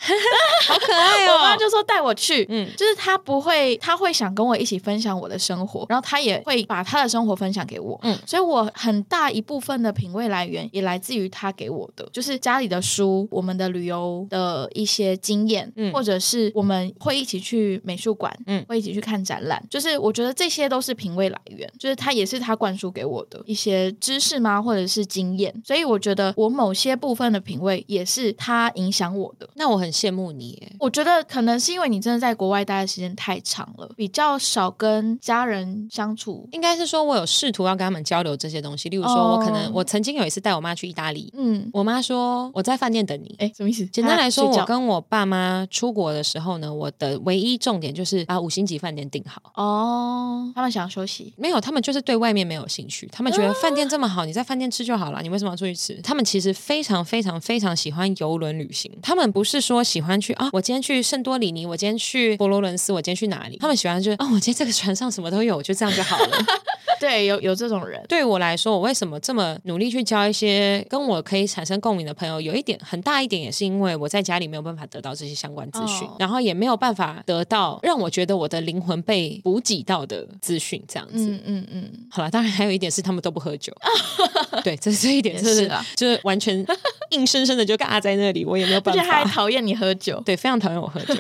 Speaker 2: 可爱哦
Speaker 3: 我妈就说带我去，
Speaker 2: 嗯
Speaker 3: 就是她不会，她会想跟我一起分享我的生活，然后她也会把她的生活分享给我，
Speaker 2: 嗯
Speaker 3: 所以我很大一部分的品味来源也来自于她给我的，就是家里的书，我们的旅游的一些经验，
Speaker 2: 嗯
Speaker 3: 或者是我们会一起去美术馆，
Speaker 2: 嗯
Speaker 3: 会一起去看展览，就是我觉得这些都是品味来源，就是她也是她灌输给我的一些知识吗，或者是经验，所以我觉得我某些部分的品味也是她影响我的。
Speaker 2: 那我很羡慕你耶，
Speaker 3: 我觉得可能是因为你真的在国外待的时间太长了，比较少跟家人相处。
Speaker 2: 应该是说我有试图要跟他们交流这些东西，例如说
Speaker 3: 哦
Speaker 2: 我可能我曾经有一次带我妈去意大利，
Speaker 3: 嗯，
Speaker 2: 我妈说我在饭店等你。
Speaker 3: 哎，什么意思？
Speaker 2: 简单来说，
Speaker 3: 他睡
Speaker 2: 我
Speaker 3: 觉
Speaker 2: 跟我爸妈出国的时候呢，我的唯一重点就是把五星级饭店订好。
Speaker 3: 哦，他们想休息。
Speaker 2: 没有，他们就是对外面没有兴趣。他们觉得饭店这么好，你在饭店吃就好了，你为什么要出去吃？他们其实非常非常非常喜欢游轮旅行。他们不是说喜欢去啊，我今天去圣多里尼，我今天去佛罗伦斯，我今天去哪里？他们喜欢就是啊，我今天这个船上什么都有，我就这样就好了。
Speaker 3: 对，有有这种人。
Speaker 2: 对我来说，我为什么这么努力去交一些跟我可以产生共鸣的朋友？有一点很大一点，也是因为我在家里没有办法得到这些相关资讯，
Speaker 3: 哦
Speaker 2: 然后也没有办法得到让我觉得我的灵魂被补给到的资讯，这样子。
Speaker 3: 嗯嗯嗯，
Speaker 2: 好了，当然还有一点是他们都不喝
Speaker 3: <laughs>
Speaker 2: 酒，对，这这一点
Speaker 3: 也
Speaker 2: 就是
Speaker 3: 啊
Speaker 2: 就是完
Speaker 3: <laughs>
Speaker 2: 全硬生生的就尬在那里，我也没有
Speaker 3: 而
Speaker 2: 办
Speaker 3: 且
Speaker 2: 法。
Speaker 3: 他还讨厌你喝酒。
Speaker 2: 对，非常讨厌我喝酒。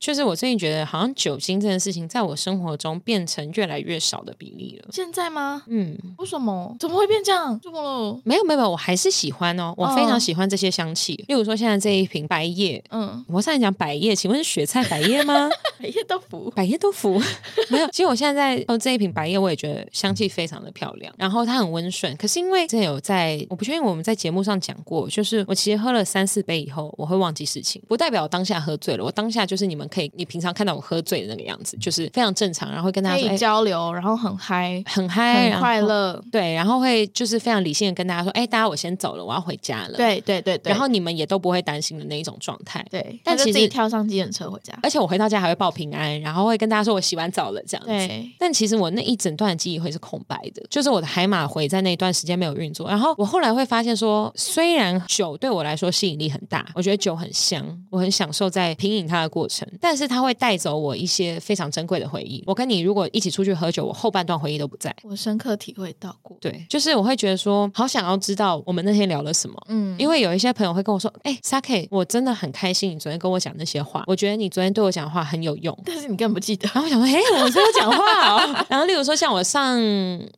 Speaker 2: 就是我最近觉得，好像酒精这件事情，在我生活中变成越来越少的比例了。
Speaker 3: 现在吗？
Speaker 2: 嗯，
Speaker 3: 为什么？怎么会变这样？怎么了？
Speaker 2: 没有没有，没有，我还是喜欢哦，我非
Speaker 3: 哦
Speaker 2: 常喜欢这些香气。例如说，现在这一瓶白叶，
Speaker 3: <laughs> 嗯，
Speaker 2: 我上来讲百叶，请问是雪菜百叶
Speaker 3: <laughs>
Speaker 2: 吗？
Speaker 3: 每夜都服。
Speaker 2: 百叶豆腐没有，其实我现在在哦这一瓶白叶，我也觉得香气非常的漂亮，然后它很温顺。可是因为之前有在，我不确定我们在节目上讲过，就是我其实喝了三四杯以后，我会忘记事情，不代表我当下喝醉了，我当下就是你们可以，你平常看到我喝醉的那个样子，就是非常正常，然后会跟大
Speaker 3: 可
Speaker 2: 家说，
Speaker 3: 以
Speaker 2: 哎、
Speaker 3: 交流，然后很嗨，
Speaker 2: 很嗨，
Speaker 3: 很
Speaker 2: 然
Speaker 3: 快
Speaker 2: 后。
Speaker 3: 乐。
Speaker 2: 对，然后会就是非常理性的跟大家说，哎、大家我先走了，我要回家了。
Speaker 3: 对对对对。
Speaker 2: 然后你们也都不会担心的那一种状态。
Speaker 3: 对，
Speaker 2: 但
Speaker 3: 他就
Speaker 2: 其
Speaker 3: 自己
Speaker 2: 实
Speaker 3: 跳上计程车回家。
Speaker 2: 而且我回到家还会报平安，然后会跟大家说我洗完澡了这样子。
Speaker 3: 对，
Speaker 2: 但其实我那一整段记忆会是空白的，就是我的海马回在那一段时间没有运作。然后我后来会发现说，虽然酒对我来说吸引力很大，我觉得酒很香，我很享受在品饮它的过程，但是它会带走我一些非常珍贵的回忆。我跟你如果一起出去喝酒，我后半段回忆都不在。
Speaker 3: 我深刻体会到过。
Speaker 2: 对，就是我会觉得说，好想要知道我们那天聊了什么。
Speaker 3: 嗯，
Speaker 2: 因为有一些朋友会跟我说：“哎、s a k e 我真的很开心，你昨天跟我讲那些话，我觉得你昨天对我讲的话很有用。”
Speaker 3: 但是你根本不记得。
Speaker 2: 然后我想说，哎、我真的讲话哦。然后，例如说，像我上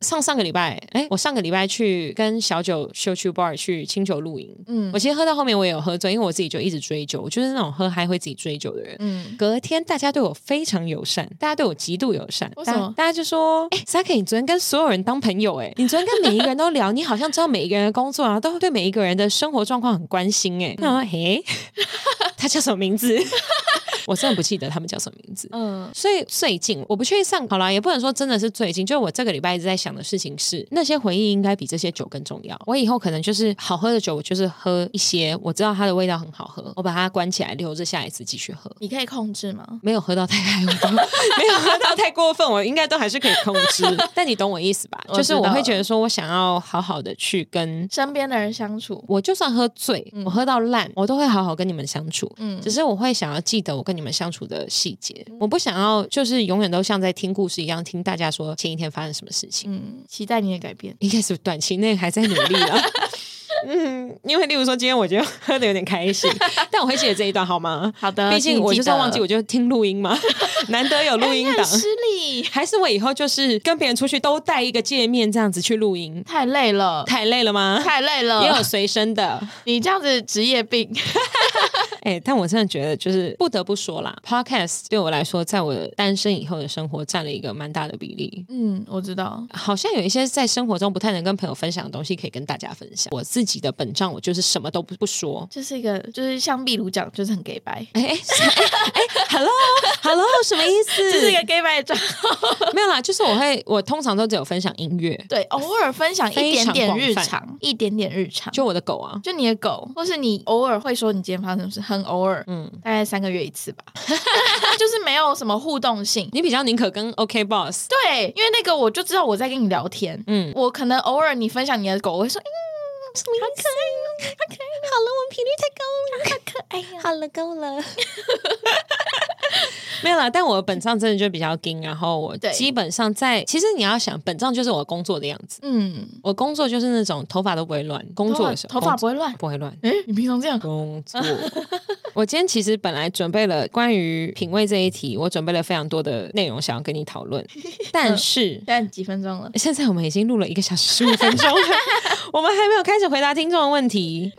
Speaker 2: 上上个礼拜，哎、我上个礼拜去跟小九秀去 bar 去清酒露营。
Speaker 3: 嗯
Speaker 2: 我其实喝到后面我也有喝醉，因为我自己就一直追酒，我就是那种喝嗨会自己追酒的人。
Speaker 3: <laughs> 嗯，
Speaker 2: 隔天大家对我非常友善，大家对我极度友善。
Speaker 3: 为什么
Speaker 2: 大大家就说：“哎、s a k i 你昨天跟所有人当朋友、哎，你昨天跟每一个人都聊，你好像知道每一个人的工作，然啊后都对每一个人的生活状况很关心、
Speaker 3: 嗯
Speaker 2: 哎，那我说：“嘿， <laughs> 他叫什么名字？” <laughs> 我真的不记得他们叫什么名字。
Speaker 3: 嗯，
Speaker 2: 所以最近我不确定上好啦，也不能说真的是最近，就是我这个礼拜一直在想的事情是，那些回忆应该比这些酒更重要。我以后可能就是好喝的酒，我就是喝一些，我知道它的味道很好喝，我把它关起来，留着下一次继续喝。
Speaker 3: 你可以控制吗？
Speaker 2: 没有喝到太太
Speaker 3: <laughs>
Speaker 2: 过，没有喝到太过分，我应该都还是可以控制。但你懂我意思吧？
Speaker 3: 我知道
Speaker 2: 就是我会觉得说，我想要好好的去跟，
Speaker 3: 身边的人相处，
Speaker 2: 我就算喝醉，我喝到烂，我都会好好跟你们相处。
Speaker 3: 嗯
Speaker 2: 只，是我会想要记得我跟你们相处的细节，我不想要就是永远都像在听故事一样听大家说前一天发生什么事情。
Speaker 3: 嗯，期待你的改变。
Speaker 2: <laughs> 应该是短期内还在努力
Speaker 3: <laughs>
Speaker 2: 啊。嗯，因为例如说今天我觉得喝的有点开
Speaker 3: <laughs>
Speaker 2: 心，但我会记得这一段好吗？
Speaker 3: 好的
Speaker 2: 毕竟我就是要忘啊记，我就听录音嘛， <laughs> 难得有录音
Speaker 3: 哎你
Speaker 2: 档
Speaker 3: 很。失礼，
Speaker 2: 还是我以后就是跟别人出去都带一个界面这样子去录音，
Speaker 3: 太累了，
Speaker 2: 太累了吗？
Speaker 3: 太累了。
Speaker 2: 也有随身的，
Speaker 3: 你这样子职业病，
Speaker 2: <laughs> 哎、但我真的觉得，就是不得不说啦，podcast 对我来说，在我单身以后的生活占了一个蛮大的比例。
Speaker 3: 嗯，我知道，
Speaker 2: 好像有一些在生活中不太能跟朋友分享的东西，可以跟大家分享。我自己的本账，我就是什么都不不说。
Speaker 3: 这是一个，就是像壁炉讲，就是很 gay 白，
Speaker 2: 哎哎哎哎，hello hello，什么意思？ <laughs>
Speaker 3: 这是一个 gay 白的状况。
Speaker 2: 没有啦，就是我会，我通常都只有分享音乐，
Speaker 3: 对，偶尔分享一
Speaker 2: 非
Speaker 3: 点
Speaker 2: 常
Speaker 3: 点
Speaker 2: 广
Speaker 3: 日
Speaker 2: 泛
Speaker 3: 常，一点点日常，就
Speaker 2: 就我的狗啊，
Speaker 3: 就你的狗，或是你偶尔会说你今天发生什么事，很偶尔，
Speaker 2: 嗯，
Speaker 3: 大概三个月一次吧， <laughs> 就是没有什么互动性。
Speaker 2: 你比较宁可跟 OK Boss，
Speaker 3: 对，因为那个我就知道我在跟你聊天，
Speaker 2: 嗯，
Speaker 3: 我可能偶尔你分享你的狗，我会说，嗯，
Speaker 2: 什么意思？哦好了，我们频率太高了。
Speaker 3: 哎呀，
Speaker 4: 好了，够了。
Speaker 2: <laughs> 没有啦，但我本账真的就比较硬，然后我
Speaker 3: 对
Speaker 2: 基本上在，其实你要想，本账就是我工作的样子。
Speaker 3: 嗯，
Speaker 2: 我工作就是那种头发都不会乱，工作的时候
Speaker 3: 头发头发
Speaker 2: 工作
Speaker 3: 不
Speaker 2: 嗯
Speaker 3: 会乱。
Speaker 2: 不会乱。
Speaker 3: 哎，你平常这样，
Speaker 2: 工作， <laughs> 我今天其实本来准备了关于品味这一题，我准备了非常多的内容想要跟你讨 <laughs> 论，但是
Speaker 3: 现在几分钟了？
Speaker 2: 现在我们已经录了一个小时十五分 <laughs> 钟了，我们还没有开始回答听众的问题，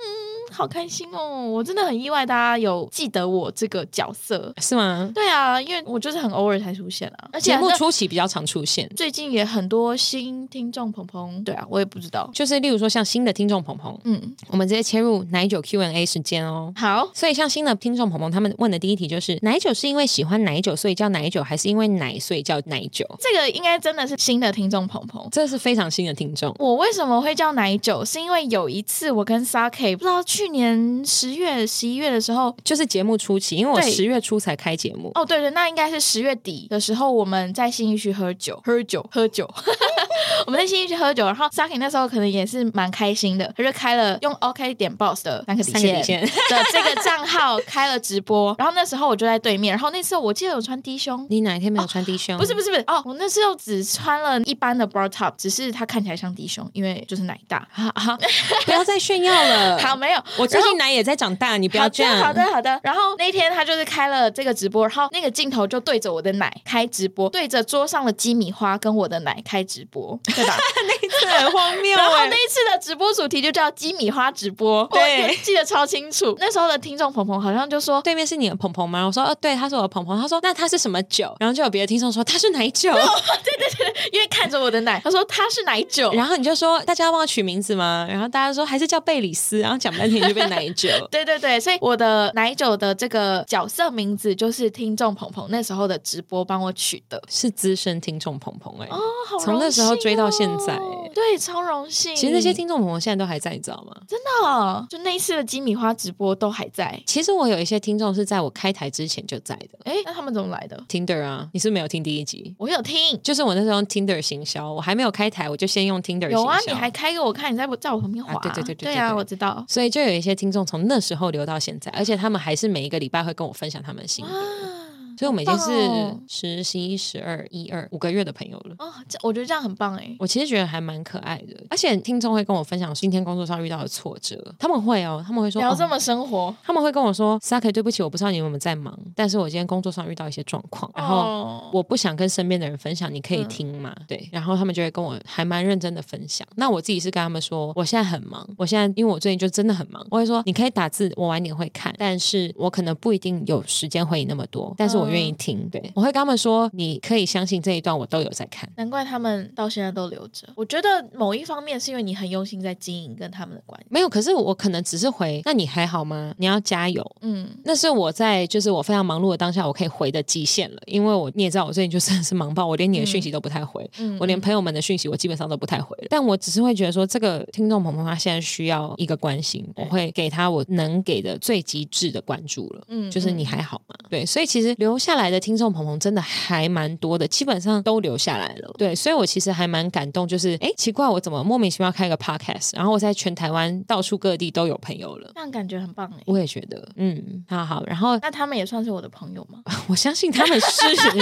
Speaker 3: 好开心哦！我真的很意外，大家有记得我这个角色。
Speaker 2: 是吗？
Speaker 3: 对啊，因为我就是很偶尔才出现啊，而且
Speaker 2: 节目
Speaker 3: 那
Speaker 2: 初期比较常出现。
Speaker 3: 最近也很多新听众鹏鹏。对啊，我也不知道。
Speaker 2: 就是例如说像新的听众鹏鹏，
Speaker 3: 嗯，
Speaker 2: 我们直接切入奶酒 Q&A 时间哦。
Speaker 3: 好，
Speaker 2: 所以，像新的听众朋友，他们问的第一题就是：奶酒是因为喜欢奶酒所以叫奶酒，还是因为奶所以叫奶酒？
Speaker 3: 这个应该真的是新的听众鹏鹏。
Speaker 2: 这是非常新的听众。
Speaker 3: 我为什么会叫奶酒？是因为有一次我跟 Saki 不知道去年十月、十一月的时候，
Speaker 2: 就是节目初期，因为我
Speaker 3: 对
Speaker 2: 十月初才开节目，
Speaker 3: 哦，对对，那应该是十月底的时候，我们在新一区喝酒，喝酒，喝酒。 <laughs> 我们在新一区喝酒，然后 Saki 那时候可能也是蛮开心的，他就开了用 OK 点 Boss 的三个底
Speaker 2: 三个
Speaker 3: 线
Speaker 2: 底线
Speaker 3: 的这个账号开了直播，然后那时候我就在对面，然后那次我记得有穿低胸。
Speaker 2: 你哪一天没有穿低胸？
Speaker 3: 不是不是不是哦，我那时候只穿了一般的 bra top，只是它看起来像低胸，因为就是奶大。 <laughs>
Speaker 2: 好，好，不要再炫耀了。
Speaker 3: 好，，没有，
Speaker 2: 我最
Speaker 3: 然后
Speaker 2: 近奶也在长大，嗯你不要
Speaker 3: 好
Speaker 2: 这
Speaker 3: 的，
Speaker 2: 样。<laughs>
Speaker 3: 好的，，好的。然后那一天他就是开了这个直播，然后那个镜头就对着我的奶开直播，对着桌上的鸡米花跟我的奶开直
Speaker 2: <laughs>
Speaker 3: 播，对吧？
Speaker 2: 这很荒谬
Speaker 3: <laughs> 然后
Speaker 2: 哎。
Speaker 3: 那一次的直播主题就叫鸡米花直播，我
Speaker 2: 对
Speaker 3: 也记得超清楚。那时候的听众鹏鹏好像就说。
Speaker 2: 对面是你的鹏鹏吗？我说，哦，对，他是我的鹏鹏。他说，那他是什么酒？然后就有别的听众说他是奶
Speaker 3: <laughs>
Speaker 2: 酒，
Speaker 3: 哦因为看着我的奶，他说他是奶酒，
Speaker 2: 然后你就说大家要帮我取名字吗？然后大家说还是叫贝里斯，然后讲半天就变奶
Speaker 3: <laughs>
Speaker 2: 酒。
Speaker 3: 对对对，所以我的奶酒的这个角色名字就是听众鹏鹏那时候的直播帮我取的。
Speaker 2: 是资深听众鹏鹏哎，
Speaker 3: 哦，好荣幸哦哦
Speaker 2: 从那时候追到现在欸
Speaker 3: 对，超荣幸。
Speaker 2: 其实那些听众朋友现在都还在，你知道吗？
Speaker 3: 真的，就那一次的鸡米花直播都还在。
Speaker 2: 其实我有一些听众是在我开台之前就在的
Speaker 3: 哎，那他们怎么来的？
Speaker 2: ，Tinder 啊，你是不是没有听第一集？
Speaker 3: 我有听，
Speaker 2: 就是我那时候用 Tinder 行销，我还没有开台，我就先用 Tinder 行销。
Speaker 3: 有啊，你还开给我看，你在我在我旁边滑、
Speaker 2: 啊对对对对对
Speaker 3: 对啊，
Speaker 2: 对
Speaker 3: 我知道。
Speaker 2: 所以就有一些听众从那时候留到现在，而且他们还是每一个礼拜会跟我分享他们的心得。
Speaker 3: 啊
Speaker 2: 所以我们已经是
Speaker 3: 哦
Speaker 2: 十、十一、十二、一二五个月的朋友了。
Speaker 3: 哦，这我觉得这样很棒哎。
Speaker 2: 我其实觉得还蛮可爱的，而且听众会跟我分享今天工作上遇到的挫折，他们会哦，他们会说
Speaker 3: 聊
Speaker 2: 哦
Speaker 3: 这么生活，
Speaker 2: 他们会跟我说 s a k 对不起，我不知道你有没有在忙，但是我今天工作上遇到一些状况，然后
Speaker 3: 哦
Speaker 2: 我不想跟身边的人分享，你可以
Speaker 3: 嗯
Speaker 2: 听嘛？对，然后他们就会跟我还蛮认真的分享。那我自己是跟他们说，我现在很忙，我现在因为我最近就真的很忙，我会说你可以打字，我晚点会看，但是我可能不一定有时间回你那么多，但是我愿意听。对，我会跟他们说，你可以相信这一段我都有在看。
Speaker 3: 难怪他们到现在都留着。我觉得某一方面是因为你很用心在经营跟他们的关系。
Speaker 2: 没有，可是我可能只是回，那你还好吗？你要加油。
Speaker 3: 嗯，
Speaker 2: 那是我在就是我非常忙碌的当下，我可以回的极限了，因为我你也知道，我最近就真的是忙爆，我连你的讯息都不太回，
Speaker 3: 嗯
Speaker 2: 我连朋友们的讯息我基本上都不太回了。但我只是会觉得说，这个听众朋友他现在需要一个关心，我会给他我能给的最极致的关注了。
Speaker 3: 嗯
Speaker 2: 就是你还好吗？对，所以其实留下来的听众朋友真的还蛮多的，基本上都留下来了。对，所以我其实还蛮感动，就是哎，诶奇怪，我怎么莫名其妙开个 podcast，然后我在全台湾到处各地都有朋友了。
Speaker 3: 这样感觉很棒哎。
Speaker 2: 我也觉得，嗯，好好。然后
Speaker 3: 那他们也算是我的朋友吗？ <laughs>
Speaker 2: 我相信他们是，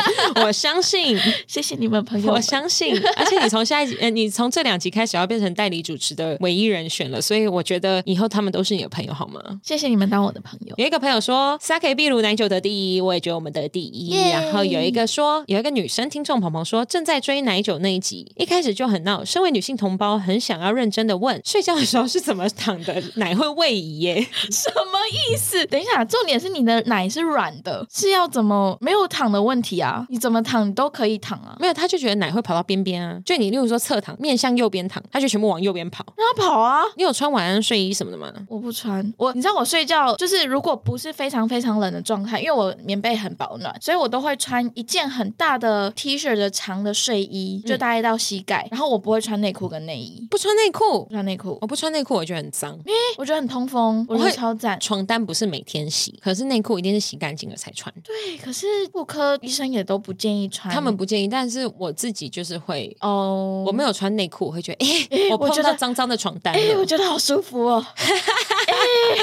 Speaker 2: 我相信，
Speaker 3: 谢谢你们朋友
Speaker 2: 我
Speaker 3: 们。
Speaker 2: 相信。而且你从下一集，呃，你从这两集开始要变成代理主持的唯一人选了，所以我觉得以后他们都是你的朋友，好吗？
Speaker 3: 谢谢你们当我的朋友。
Speaker 2: 有一个朋友说 s a k e 秘鲁奶酒得第一，我也觉得我们得第一。
Speaker 3: 耶
Speaker 2: 然后有一个说，有一个女生听众鹏鹏说，正在追奶酒那一集，一开始就很闹。身为女性同胞，很想要认真的问，睡觉的时候是怎么躺的？奶会位移耶？
Speaker 3: <laughs> 什么意思？等一下，重点是你的奶是软的，是要怎么没有躺的问题啊？你怎么躺你都可以躺啊，
Speaker 2: 没有，他就觉得奶会跑到边边啊。就你，例如说侧躺，面向右边躺，他就全部往右边跑。
Speaker 3: 让它跑啊！
Speaker 2: 你有穿晚安睡衣什么的吗？
Speaker 3: 我不穿，我你知道我睡觉就是如果不是非常非常冷的状态，因为我棉被很保暖，所以我都会穿一件很大的 T 恤的长的睡衣，就大概到膝盖，然后我不会穿内裤跟内衣，
Speaker 2: 不穿内裤
Speaker 3: 不，穿内裤，
Speaker 2: 我不穿内裤，我觉得很脏。
Speaker 3: 诶我觉得很通风，我觉
Speaker 2: 我
Speaker 3: 得
Speaker 2: 会
Speaker 3: 超赞。
Speaker 2: 床单不是每天洗，可是内裤一定是洗干净了才穿。
Speaker 3: 对，啊可是妇科医生也都不建议穿，
Speaker 2: 他们不建议，但是我自己就是会，
Speaker 3: 哦，
Speaker 2: 我没有穿内裤，我会
Speaker 3: <laughs>
Speaker 2: 觉得，哎、
Speaker 3: 诶
Speaker 2: 我
Speaker 3: 我
Speaker 2: 碰
Speaker 3: 觉
Speaker 2: 到
Speaker 3: 得
Speaker 2: 脏脏的床单
Speaker 3: 哎、我
Speaker 2: 了。
Speaker 3: 觉得好舒服
Speaker 2: <laughs>
Speaker 3: 哦，
Speaker 2: 嘿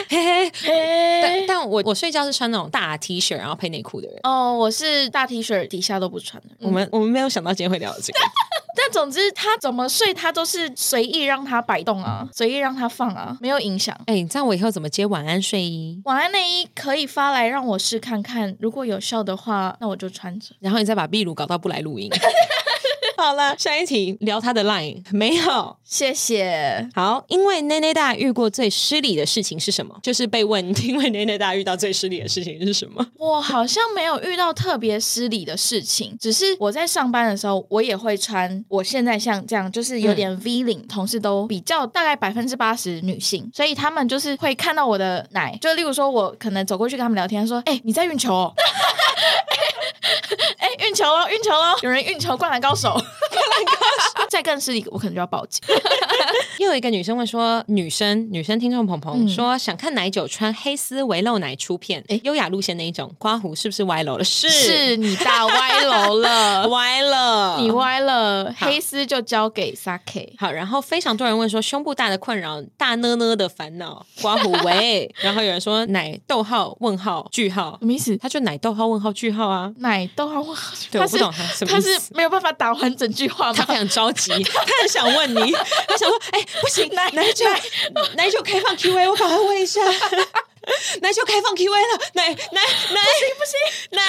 Speaker 2: 嘿
Speaker 3: 哎、
Speaker 2: 但但我我睡觉是穿那种大 T 恤，然后配内裤的人。
Speaker 3: 哦，我是大 T 恤底下都不穿的。
Speaker 2: 我们我们没有想到今天会聊到这个。 <laughs>
Speaker 3: 但总之，他怎么睡，他都是随意让他摆动啊，随意让他放啊，没有影响。
Speaker 2: 哎、你知道我以后怎么接晚安睡衣？
Speaker 3: 晚安内衣可以发来让我试看看，如果有效的话，那我就穿着。
Speaker 2: 然后你再把秘鲁搞到不来录
Speaker 3: <laughs>
Speaker 2: 音。好了，下一题聊他的 line 没有
Speaker 3: 谢谢。
Speaker 2: 好，因为内内大遇过最失礼的事情是什么？就是被问，因为内内大遇到最失礼的事情是什么？
Speaker 3: 我好像没有遇到特别失礼的事情，只是我在上班的时候，我也会穿我现在像这样，就是有点 V 领，同事都比较大概百分之八十女性，所以他们就是会看到我的奶，就例如说我可能走过去跟他们聊天，说：“哎、你在运球、哦？” <laughs> 哎、运球喽，运球喽！有人运球，灌篮高手，灌 <laughs> 篮高手。再更失礼，我可能就要报警。
Speaker 2: 又有一个女生问说，女生女生听众鹏鹏
Speaker 3: 嗯
Speaker 2: 说、想看奶酒穿黑丝围露奶出片，诶，优雅路线那一种，刮胡是不是歪楼了？是
Speaker 3: 是你大歪楼 <laughs> 了，
Speaker 2: 歪了，
Speaker 3: 你。歪了，
Speaker 2: 好
Speaker 3: 黑丝就交给 Sake。
Speaker 2: 好，然后非常多人问说胸部大的困扰，大呢呢的烦恼，刮胡喂，然后有人说奶逗号问号句号
Speaker 3: 什，么意思？
Speaker 2: 他就奶逗号问号句号啊，
Speaker 3: 奶豆花问
Speaker 2: 对，我不懂
Speaker 3: 他
Speaker 2: 他
Speaker 3: 是
Speaker 2: 什么
Speaker 3: 他
Speaker 2: 意思。
Speaker 3: 是没有办法打完整句话
Speaker 2: 他
Speaker 3: 吗
Speaker 2: 非？常着 <laughs> 急，他很想问你，他想说，哎、不行，奶酒奶酒开放 Q A，我赶快问一下， <laughs> 奶酒开放 Q A 了，奶奶奶，不行不行，奶，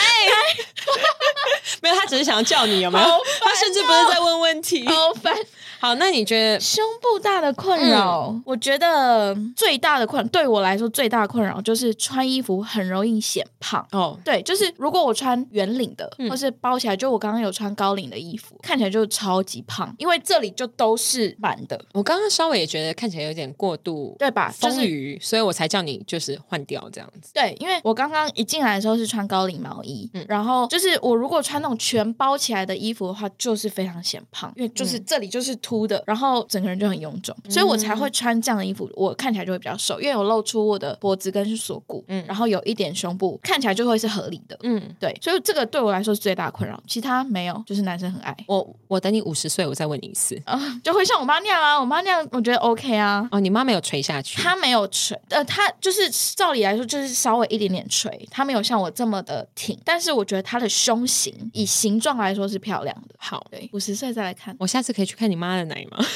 Speaker 2: 没有，他只是想要叫你有没有？
Speaker 3: 好烦哦
Speaker 2: 他甚至不是在问问题。
Speaker 3: <laughs> 好烦，
Speaker 2: 好，那你觉得？
Speaker 3: 胸部大的困扰，
Speaker 2: 嗯
Speaker 3: 我觉得最大的困对我来说最大的困扰就是穿衣服很容易显胖。
Speaker 2: 哦，
Speaker 3: 对，就是如果我穿圆领的，
Speaker 2: 嗯
Speaker 3: 或是包起来，就我刚刚有穿高领的衣服，看起来就超级胖，因为这里就都是满的，
Speaker 2: 我刚刚稍微也觉得看起来有点过度
Speaker 3: 对吧？就
Speaker 2: 丰
Speaker 3: 是
Speaker 2: 腴，所以我才叫你就是换掉这样子。
Speaker 3: 对，因为我刚刚一进来的时候是穿高领毛衣，
Speaker 2: 嗯
Speaker 3: 然
Speaker 2: 嗯
Speaker 3: 后就是我如果穿那种全包起来的衣服的话，就是非常显胖，因为就是这里就是凸凸的，然后整个人就很臃肿，所以我才
Speaker 2: 嗯
Speaker 3: 会穿这样的衣服，我看起来就会比较瘦，因为我露出我的脖子跟是锁骨，
Speaker 2: 嗯
Speaker 3: 然后有一点胸部，看起来就会是合理的。
Speaker 2: 嗯，
Speaker 3: 对，所以这个对我来说是最大的困扰，其他没有，就是男生很爱 <laughs>
Speaker 2: 我我等你五十岁，我再问你一次。
Speaker 3: 啊、就会像我妈那样啊，我妈那样我觉得 OK 啊，
Speaker 2: 哦，你妈没有垂下去，
Speaker 3: 她没有垂，呃，她就是照理来说就是稍微一点点垂，她没有像我这么的挺，但是我觉得她的胸型以形状来说是漂亮的。
Speaker 2: 好，
Speaker 3: 对，五十岁再来看，
Speaker 2: 我下次可以去看你妈的奶吗？ <laughs>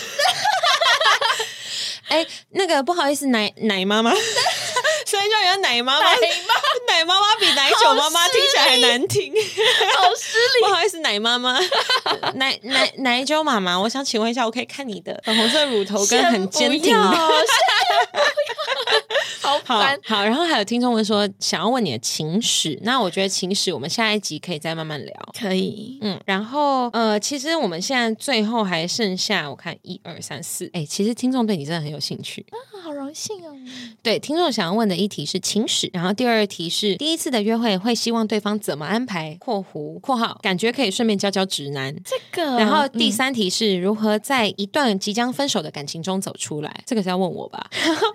Speaker 2: 哎、那个不好意思，奶奶妈妈，所以就有奶妈妈，奶妈妈比奶酒妈妈听起来还难听。
Speaker 3: 好失
Speaker 2: 不好意思，奶妈妈，奶奶奶酒妈妈，我想请问一下，我可以看你的粉红色乳头跟很坚挺
Speaker 3: 先不
Speaker 2: 的。
Speaker 3: 要好
Speaker 2: 好
Speaker 3: 烦。
Speaker 2: 好，然后还有听众问说，想要问你的情史，那我觉得情史我们下一集可以再慢慢聊。
Speaker 3: 可以，
Speaker 2: 嗯，然后呃，其实我们现在最后还剩下，我看一二三四，哎，其实听众对你真的很有兴趣。
Speaker 3: 啊好荣幸哦。
Speaker 2: 对，听众想要问的一题是情史，然后第二题是第一次的约会会希望对方怎么安排（括弧括号），感觉可以顺便教教直男。
Speaker 3: 这个，
Speaker 2: 然后第
Speaker 3: 嗯
Speaker 2: 三题是如何在一段即将分手的感情中走出来，这个是要问我吧？ <laughs> 然后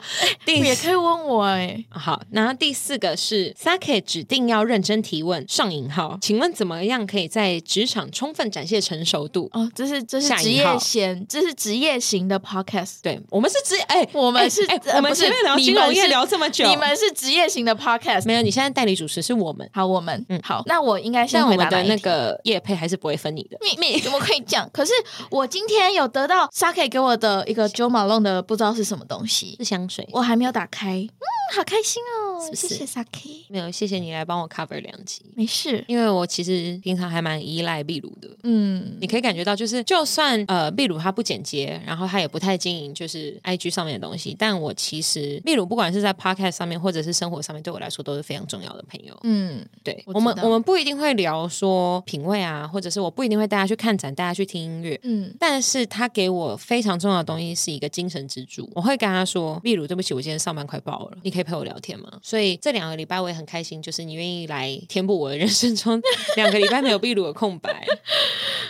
Speaker 2: 第
Speaker 3: 也可以问我哎，
Speaker 2: 好，然后第四个是 Sake 指定要认真提问上引号，请问怎么样可以在职场充分展现成熟度？
Speaker 3: 哦，这是这是
Speaker 2: 下一
Speaker 3: 职业
Speaker 2: 号
Speaker 3: 型，这是职业型的 podcast。
Speaker 2: 对我们是职哎、
Speaker 3: 我们
Speaker 2: 哎
Speaker 3: 是
Speaker 2: 哎、
Speaker 3: 呃
Speaker 2: 我们
Speaker 3: 不是
Speaker 2: 前面聊
Speaker 3: 你
Speaker 2: 金
Speaker 3: 们
Speaker 2: 融业
Speaker 3: 是
Speaker 2: 聊这么久，
Speaker 3: 你们是职业型的 podcast。
Speaker 2: 没有？你现在代理主持是我们，
Speaker 3: 好，我们
Speaker 2: 嗯
Speaker 3: 好，那我应该先
Speaker 2: 但我
Speaker 3: 回答
Speaker 2: 们的
Speaker 3: 哪一
Speaker 2: 那
Speaker 3: 题
Speaker 2: 个业配还是不会分你的。
Speaker 3: 秘密怎么可以讲？ <laughs> 可是我今天有得到 Saki 给我的一个 Jo Malone 的不知道是什么东西
Speaker 2: 是，香水，
Speaker 3: 我还没有打开，嗯，好开心哦，
Speaker 2: 是不是
Speaker 3: 谢谢 Saki，
Speaker 2: 没有，谢谢你来帮我 cover 两集，
Speaker 3: 没事，
Speaker 2: 因为我其实平常还蛮依赖壁炉的。
Speaker 3: 嗯
Speaker 2: 你可以感觉到，就是就算呃，秘鲁他不剪接，然后他也不太经营，就是 I G 上面的东西，但我其实秘鲁不管是在 Podcast 上面，或者是生活上面，对我来说都是非常重要的朋友。
Speaker 3: 嗯，
Speaker 2: 对
Speaker 3: 我
Speaker 2: 我们
Speaker 3: 知，道
Speaker 2: 我们不一定会聊说品味啊，或者是我不一定会带他去看展，带他去听音乐。
Speaker 3: 嗯，
Speaker 2: 但是他给我非常重要的东西是一个精神支柱，我会跟他说：“秘鲁，对不起，我今天上班快爆了，你可以陪我聊天吗？”所以这两个礼拜我也很开心，就是你愿意来填补我的人生中 <laughs> 两个礼拜没有秘鲁的空白。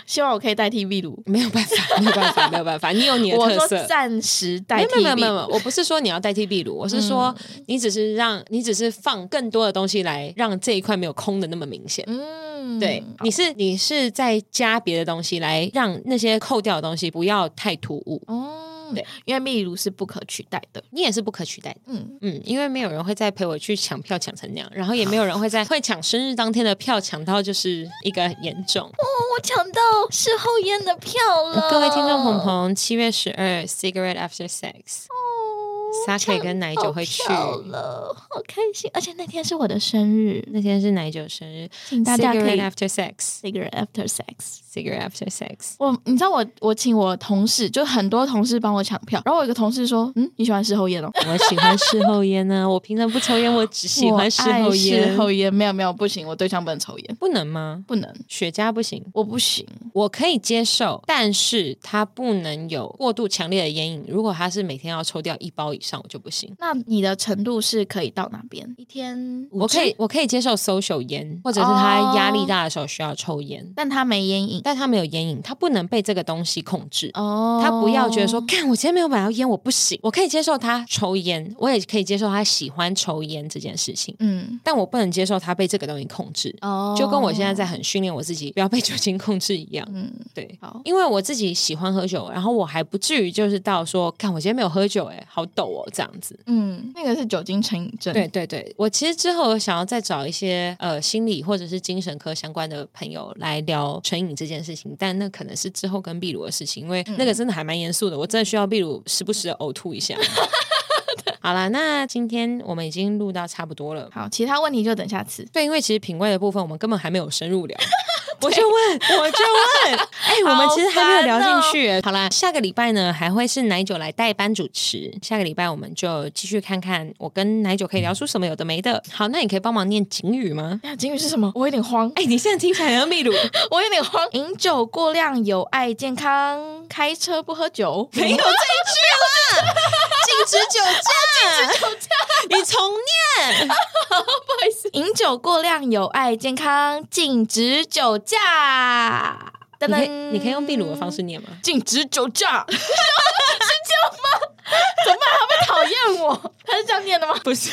Speaker 3: 希望我可以代替秘鲁。
Speaker 2: 没有办法，没有办法，没有办法，你有你的
Speaker 3: 我
Speaker 2: 特
Speaker 3: 说
Speaker 2: 色。
Speaker 3: 暂时
Speaker 2: 没
Speaker 3: 代
Speaker 2: 有
Speaker 3: 替秘鲁，嗯
Speaker 2: 没有没有没有，我不是说你要代替壁炉，我是说你只是让你只是放更多的东西来让这一块没有空的那么明显。
Speaker 3: 嗯，
Speaker 2: 对，
Speaker 3: 好
Speaker 2: 你是你是在加别的东西来让那些扣掉的东西不要太突兀，
Speaker 3: 哦，
Speaker 2: 对，
Speaker 3: 因为秘鲁是不可取代的，
Speaker 2: 你也是不可取代的。
Speaker 3: 嗯，
Speaker 2: 嗯，因为没有人会再陪我去抢票抢成那样，然后也没有人会在会抢生日当天的票抢到就是一个严重。
Speaker 3: 我抢到事后烟的票了，
Speaker 2: 各位听众朋朋，七月十二，Cigarette After Sex。Sake
Speaker 3: 哦
Speaker 2: 跟奶酒会去
Speaker 3: 好了，好开心！而且那天是我的生日，
Speaker 2: 那天是奶酒生日，
Speaker 3: 请大家可
Speaker 2: Cigarette
Speaker 3: 以
Speaker 2: after sex,
Speaker 3: cigarette after sex。
Speaker 2: cigarette after sex。 <laughs>
Speaker 3: 我你知道我我请我同事，就很多同事帮我抢票，然后我有一个同事说，嗯，你喜欢事后烟哦？
Speaker 2: 我喜欢事后烟呢、我平常不抽烟，我只喜欢事
Speaker 3: 我
Speaker 2: 后
Speaker 3: 爱
Speaker 2: 烟
Speaker 3: 事。后烟没有没有不行，我对象不能抽烟，
Speaker 2: 不能吗？
Speaker 3: 不能，
Speaker 2: 雪茄不行，
Speaker 3: 我不行。
Speaker 2: 我可以接受，但是它不能有过度强烈的烟瘾。如果它是每天要抽掉一包以上，我就不行。
Speaker 3: 那你的程度是可以到哪边？一天
Speaker 2: 我可以，，我可以接受 social 烟，或者是他压力大的时候需要抽烟
Speaker 3: 但他没烟瘾
Speaker 2: 但他没有烟瘾，他不能被这个东西控制。
Speaker 3: 哦
Speaker 2: 他不要觉得说，看我今天没有买到烟，我不行。我可以接受他抽烟，我也可以接受他喜欢抽烟这件事情，
Speaker 3: 嗯
Speaker 2: 但我不能接受他被这个东西控制。
Speaker 3: 哦
Speaker 2: 就跟我现在在很训练我自己不要被酒精控制一样，
Speaker 3: 嗯
Speaker 2: 对。
Speaker 3: 好
Speaker 2: 因为我自己喜欢喝酒，然后我还不至于就是到说，看我今天没有喝酒、哎，好抖哦，这样子。
Speaker 3: 嗯，那个是酒精成瘾症，
Speaker 2: 对对对，我其实之后想要再找一些呃心理或者是精神科相关的朋友来聊成瘾这件事情，但那可能是之后跟秘鲁的事情，因为
Speaker 3: 嗯
Speaker 2: 那个真的还蛮严肃的，我真的需要秘鲁时不时的呕吐一下。 <laughs> 好啦，那今天我们已经录到差不多了。
Speaker 3: 好，其他问题就等下次。
Speaker 2: 对，因为其实品味的部分我们根本还没有深入聊。我就问，我就问，哎、我们其实还没有聊进去。好啦，下个礼拜呢还会是奶酒来代班主持，下个礼拜我们就继续看看我跟奶酒可以聊出什么有的没的。好，那你可以帮忙念警语吗？
Speaker 3: 那警语是什么？我有点慌，
Speaker 2: 哎、你现在听起来像秘鲁，
Speaker 3: 我有点慌。饮酒过量有碍健康，开车不喝酒。
Speaker 2: 没有这一句啦，禁止酒驾，禁止酒驾，你重念。
Speaker 3: 饮酒过量有碍健康，禁止酒驾。噔
Speaker 2: 你可以
Speaker 3: 噔
Speaker 2: 你可以用秘鲁的方式念吗？
Speaker 3: 禁止酒 <laughs> 驾，是这样吗？怎么办？他会讨厌我？ <laughs> 他是这样念的吗？
Speaker 2: 不
Speaker 3: <laughs>
Speaker 2: 是，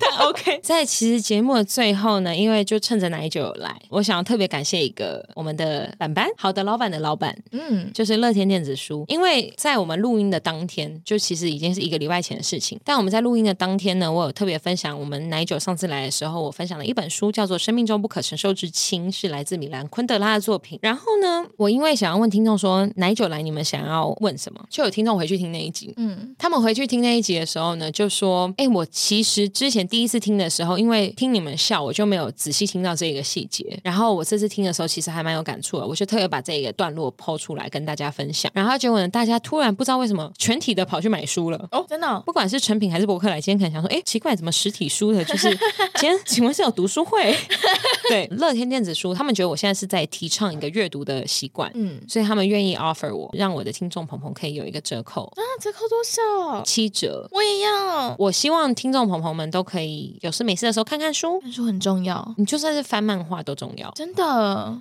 Speaker 2: 但 OK。在其实节目的最后呢，因为就趁着奶酒有来，我想要特别感谢一个我们的板板，好的老板的老板，
Speaker 3: 嗯，
Speaker 2: 就是乐天电子书，因为在我们录音的当天，就其实已经是一个礼拜前的事情。但我们在录音的当天呢，我有特别分享我们奶酒上次来的时候，我分享了一本书，叫做《生命中不可承受之轻》，是来自米兰昆德拉的作品。然后呢，我因为想要问听众说奶酒来你们想要问什么，就有听众回去听那一集，
Speaker 3: 嗯，
Speaker 2: 他们回去听那一集的时候呢，就说：“哎、我其实之前第一次听的时候，因为听你们笑，我就没有仔细听到这个细节。然后我这次听的时候，其实还蛮有感触的，我就特别把这个段落抛出来跟大家分享。然后结果呢，大家突然不知道为什么全体的跑去买书了。” <laughs>
Speaker 3: 哦，真的哦
Speaker 2: 不管是成品还是博客来，今天可能想说，哎、奇怪，怎么实体书的？就是今天请问是有读书会？ <laughs> 对，乐天电子书，他们觉得我现在是在提倡一个阅读的习惯，
Speaker 3: 嗯，
Speaker 2: 所以他们愿意 offer 我，让我的听众鹏鹏可以有一个折扣，
Speaker 3: 那折扣啊多少？
Speaker 2: 七折。
Speaker 3: 我也要，
Speaker 2: 我希望听众朋友们都可以有事没事的时候看看书，
Speaker 3: 看书很重要，
Speaker 2: 你就算是翻漫画都重要。
Speaker 3: 真的。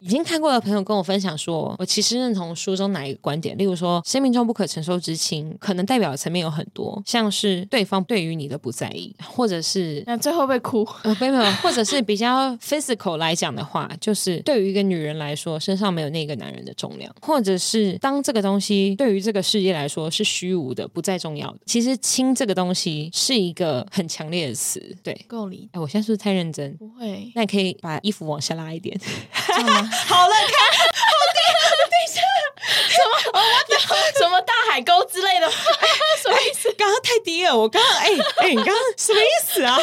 Speaker 2: 已经看过的朋友跟我分享说，我其实认同书中哪一个观点，例如说，生命中不可承受之轻，可能代表的层面有很多，像是对方对于你的不在意，或者是
Speaker 3: 那最后被哭，
Speaker 2: 呃，没有，没有，或者是比较 physical 来讲的话，就是对于一个女人来说，身上没有那个男人的重量，或者是当这个东西对于这个世界来说是虚无的、不再重要的。其实“轻”这个东西是一个很强烈的词。对，
Speaker 3: 够理
Speaker 2: 哎，我现在是不是太认真？
Speaker 3: 不会，
Speaker 2: 那你可以把衣服往下拉一点， <laughs>
Speaker 3: 好了，看，好低，等一下，什么？我什么大海沟之类的哎吗？ <laughs> 什么意思？
Speaker 2: 刚刚太低了，我刚刚哎哎，你刚刚什么意思啊？ <laughs>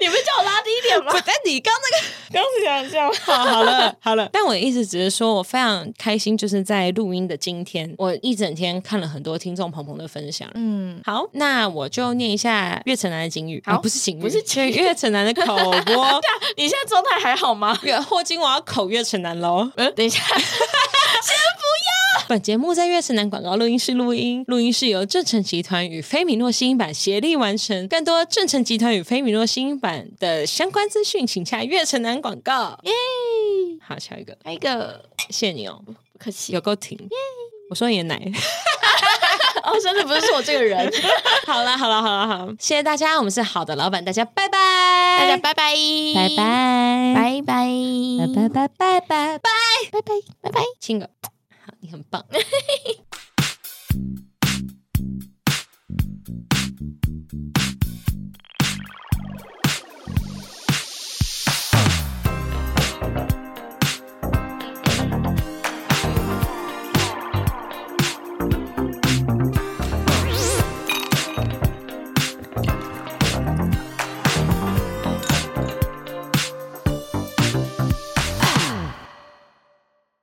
Speaker 3: 你不是叫我拉低一点吗？
Speaker 2: 但你刚那个
Speaker 3: 刚是想这样，
Speaker 2: 好好了，好了。 <laughs> 但我的意思只是说，我非常开心，就是在录音的今天，我一整天看了很多听众鹏鹏的分享。
Speaker 3: 嗯，
Speaker 2: 好，那我就念一下岳城南的警语，
Speaker 3: 好
Speaker 2: 啊不是警语，
Speaker 3: 不是警语
Speaker 2: 岳城南的 <laughs> 口播。
Speaker 3: 你现在状态还好吗？
Speaker 2: 岳霍金，我要口岳城南喽。
Speaker 3: 嗯，等一下，
Speaker 2: 本节目在岳城南广告录音室录音，录音室由正成集团与菲米诺新音版协力完成。更多正成集团与菲米诺新音版的相关资讯，请洽岳城南广告。耶！好，下一个，
Speaker 3: 那个
Speaker 2: 谢谢你哦，
Speaker 3: 不客气，
Speaker 2: 有够挺。我说你的奶。
Speaker 3: 哦，真的不是我这个人，
Speaker 2: 好了，好了，好了，好了，谢谢大家，我们是好的老板，大家拜拜，
Speaker 3: <laughs> 大家拜拜，
Speaker 2: 拜拜，
Speaker 3: 拜拜，
Speaker 2: 拜拜，拜拜，拜拜，
Speaker 3: 拜拜，拜拜。
Speaker 2: 亲个，好，你很棒。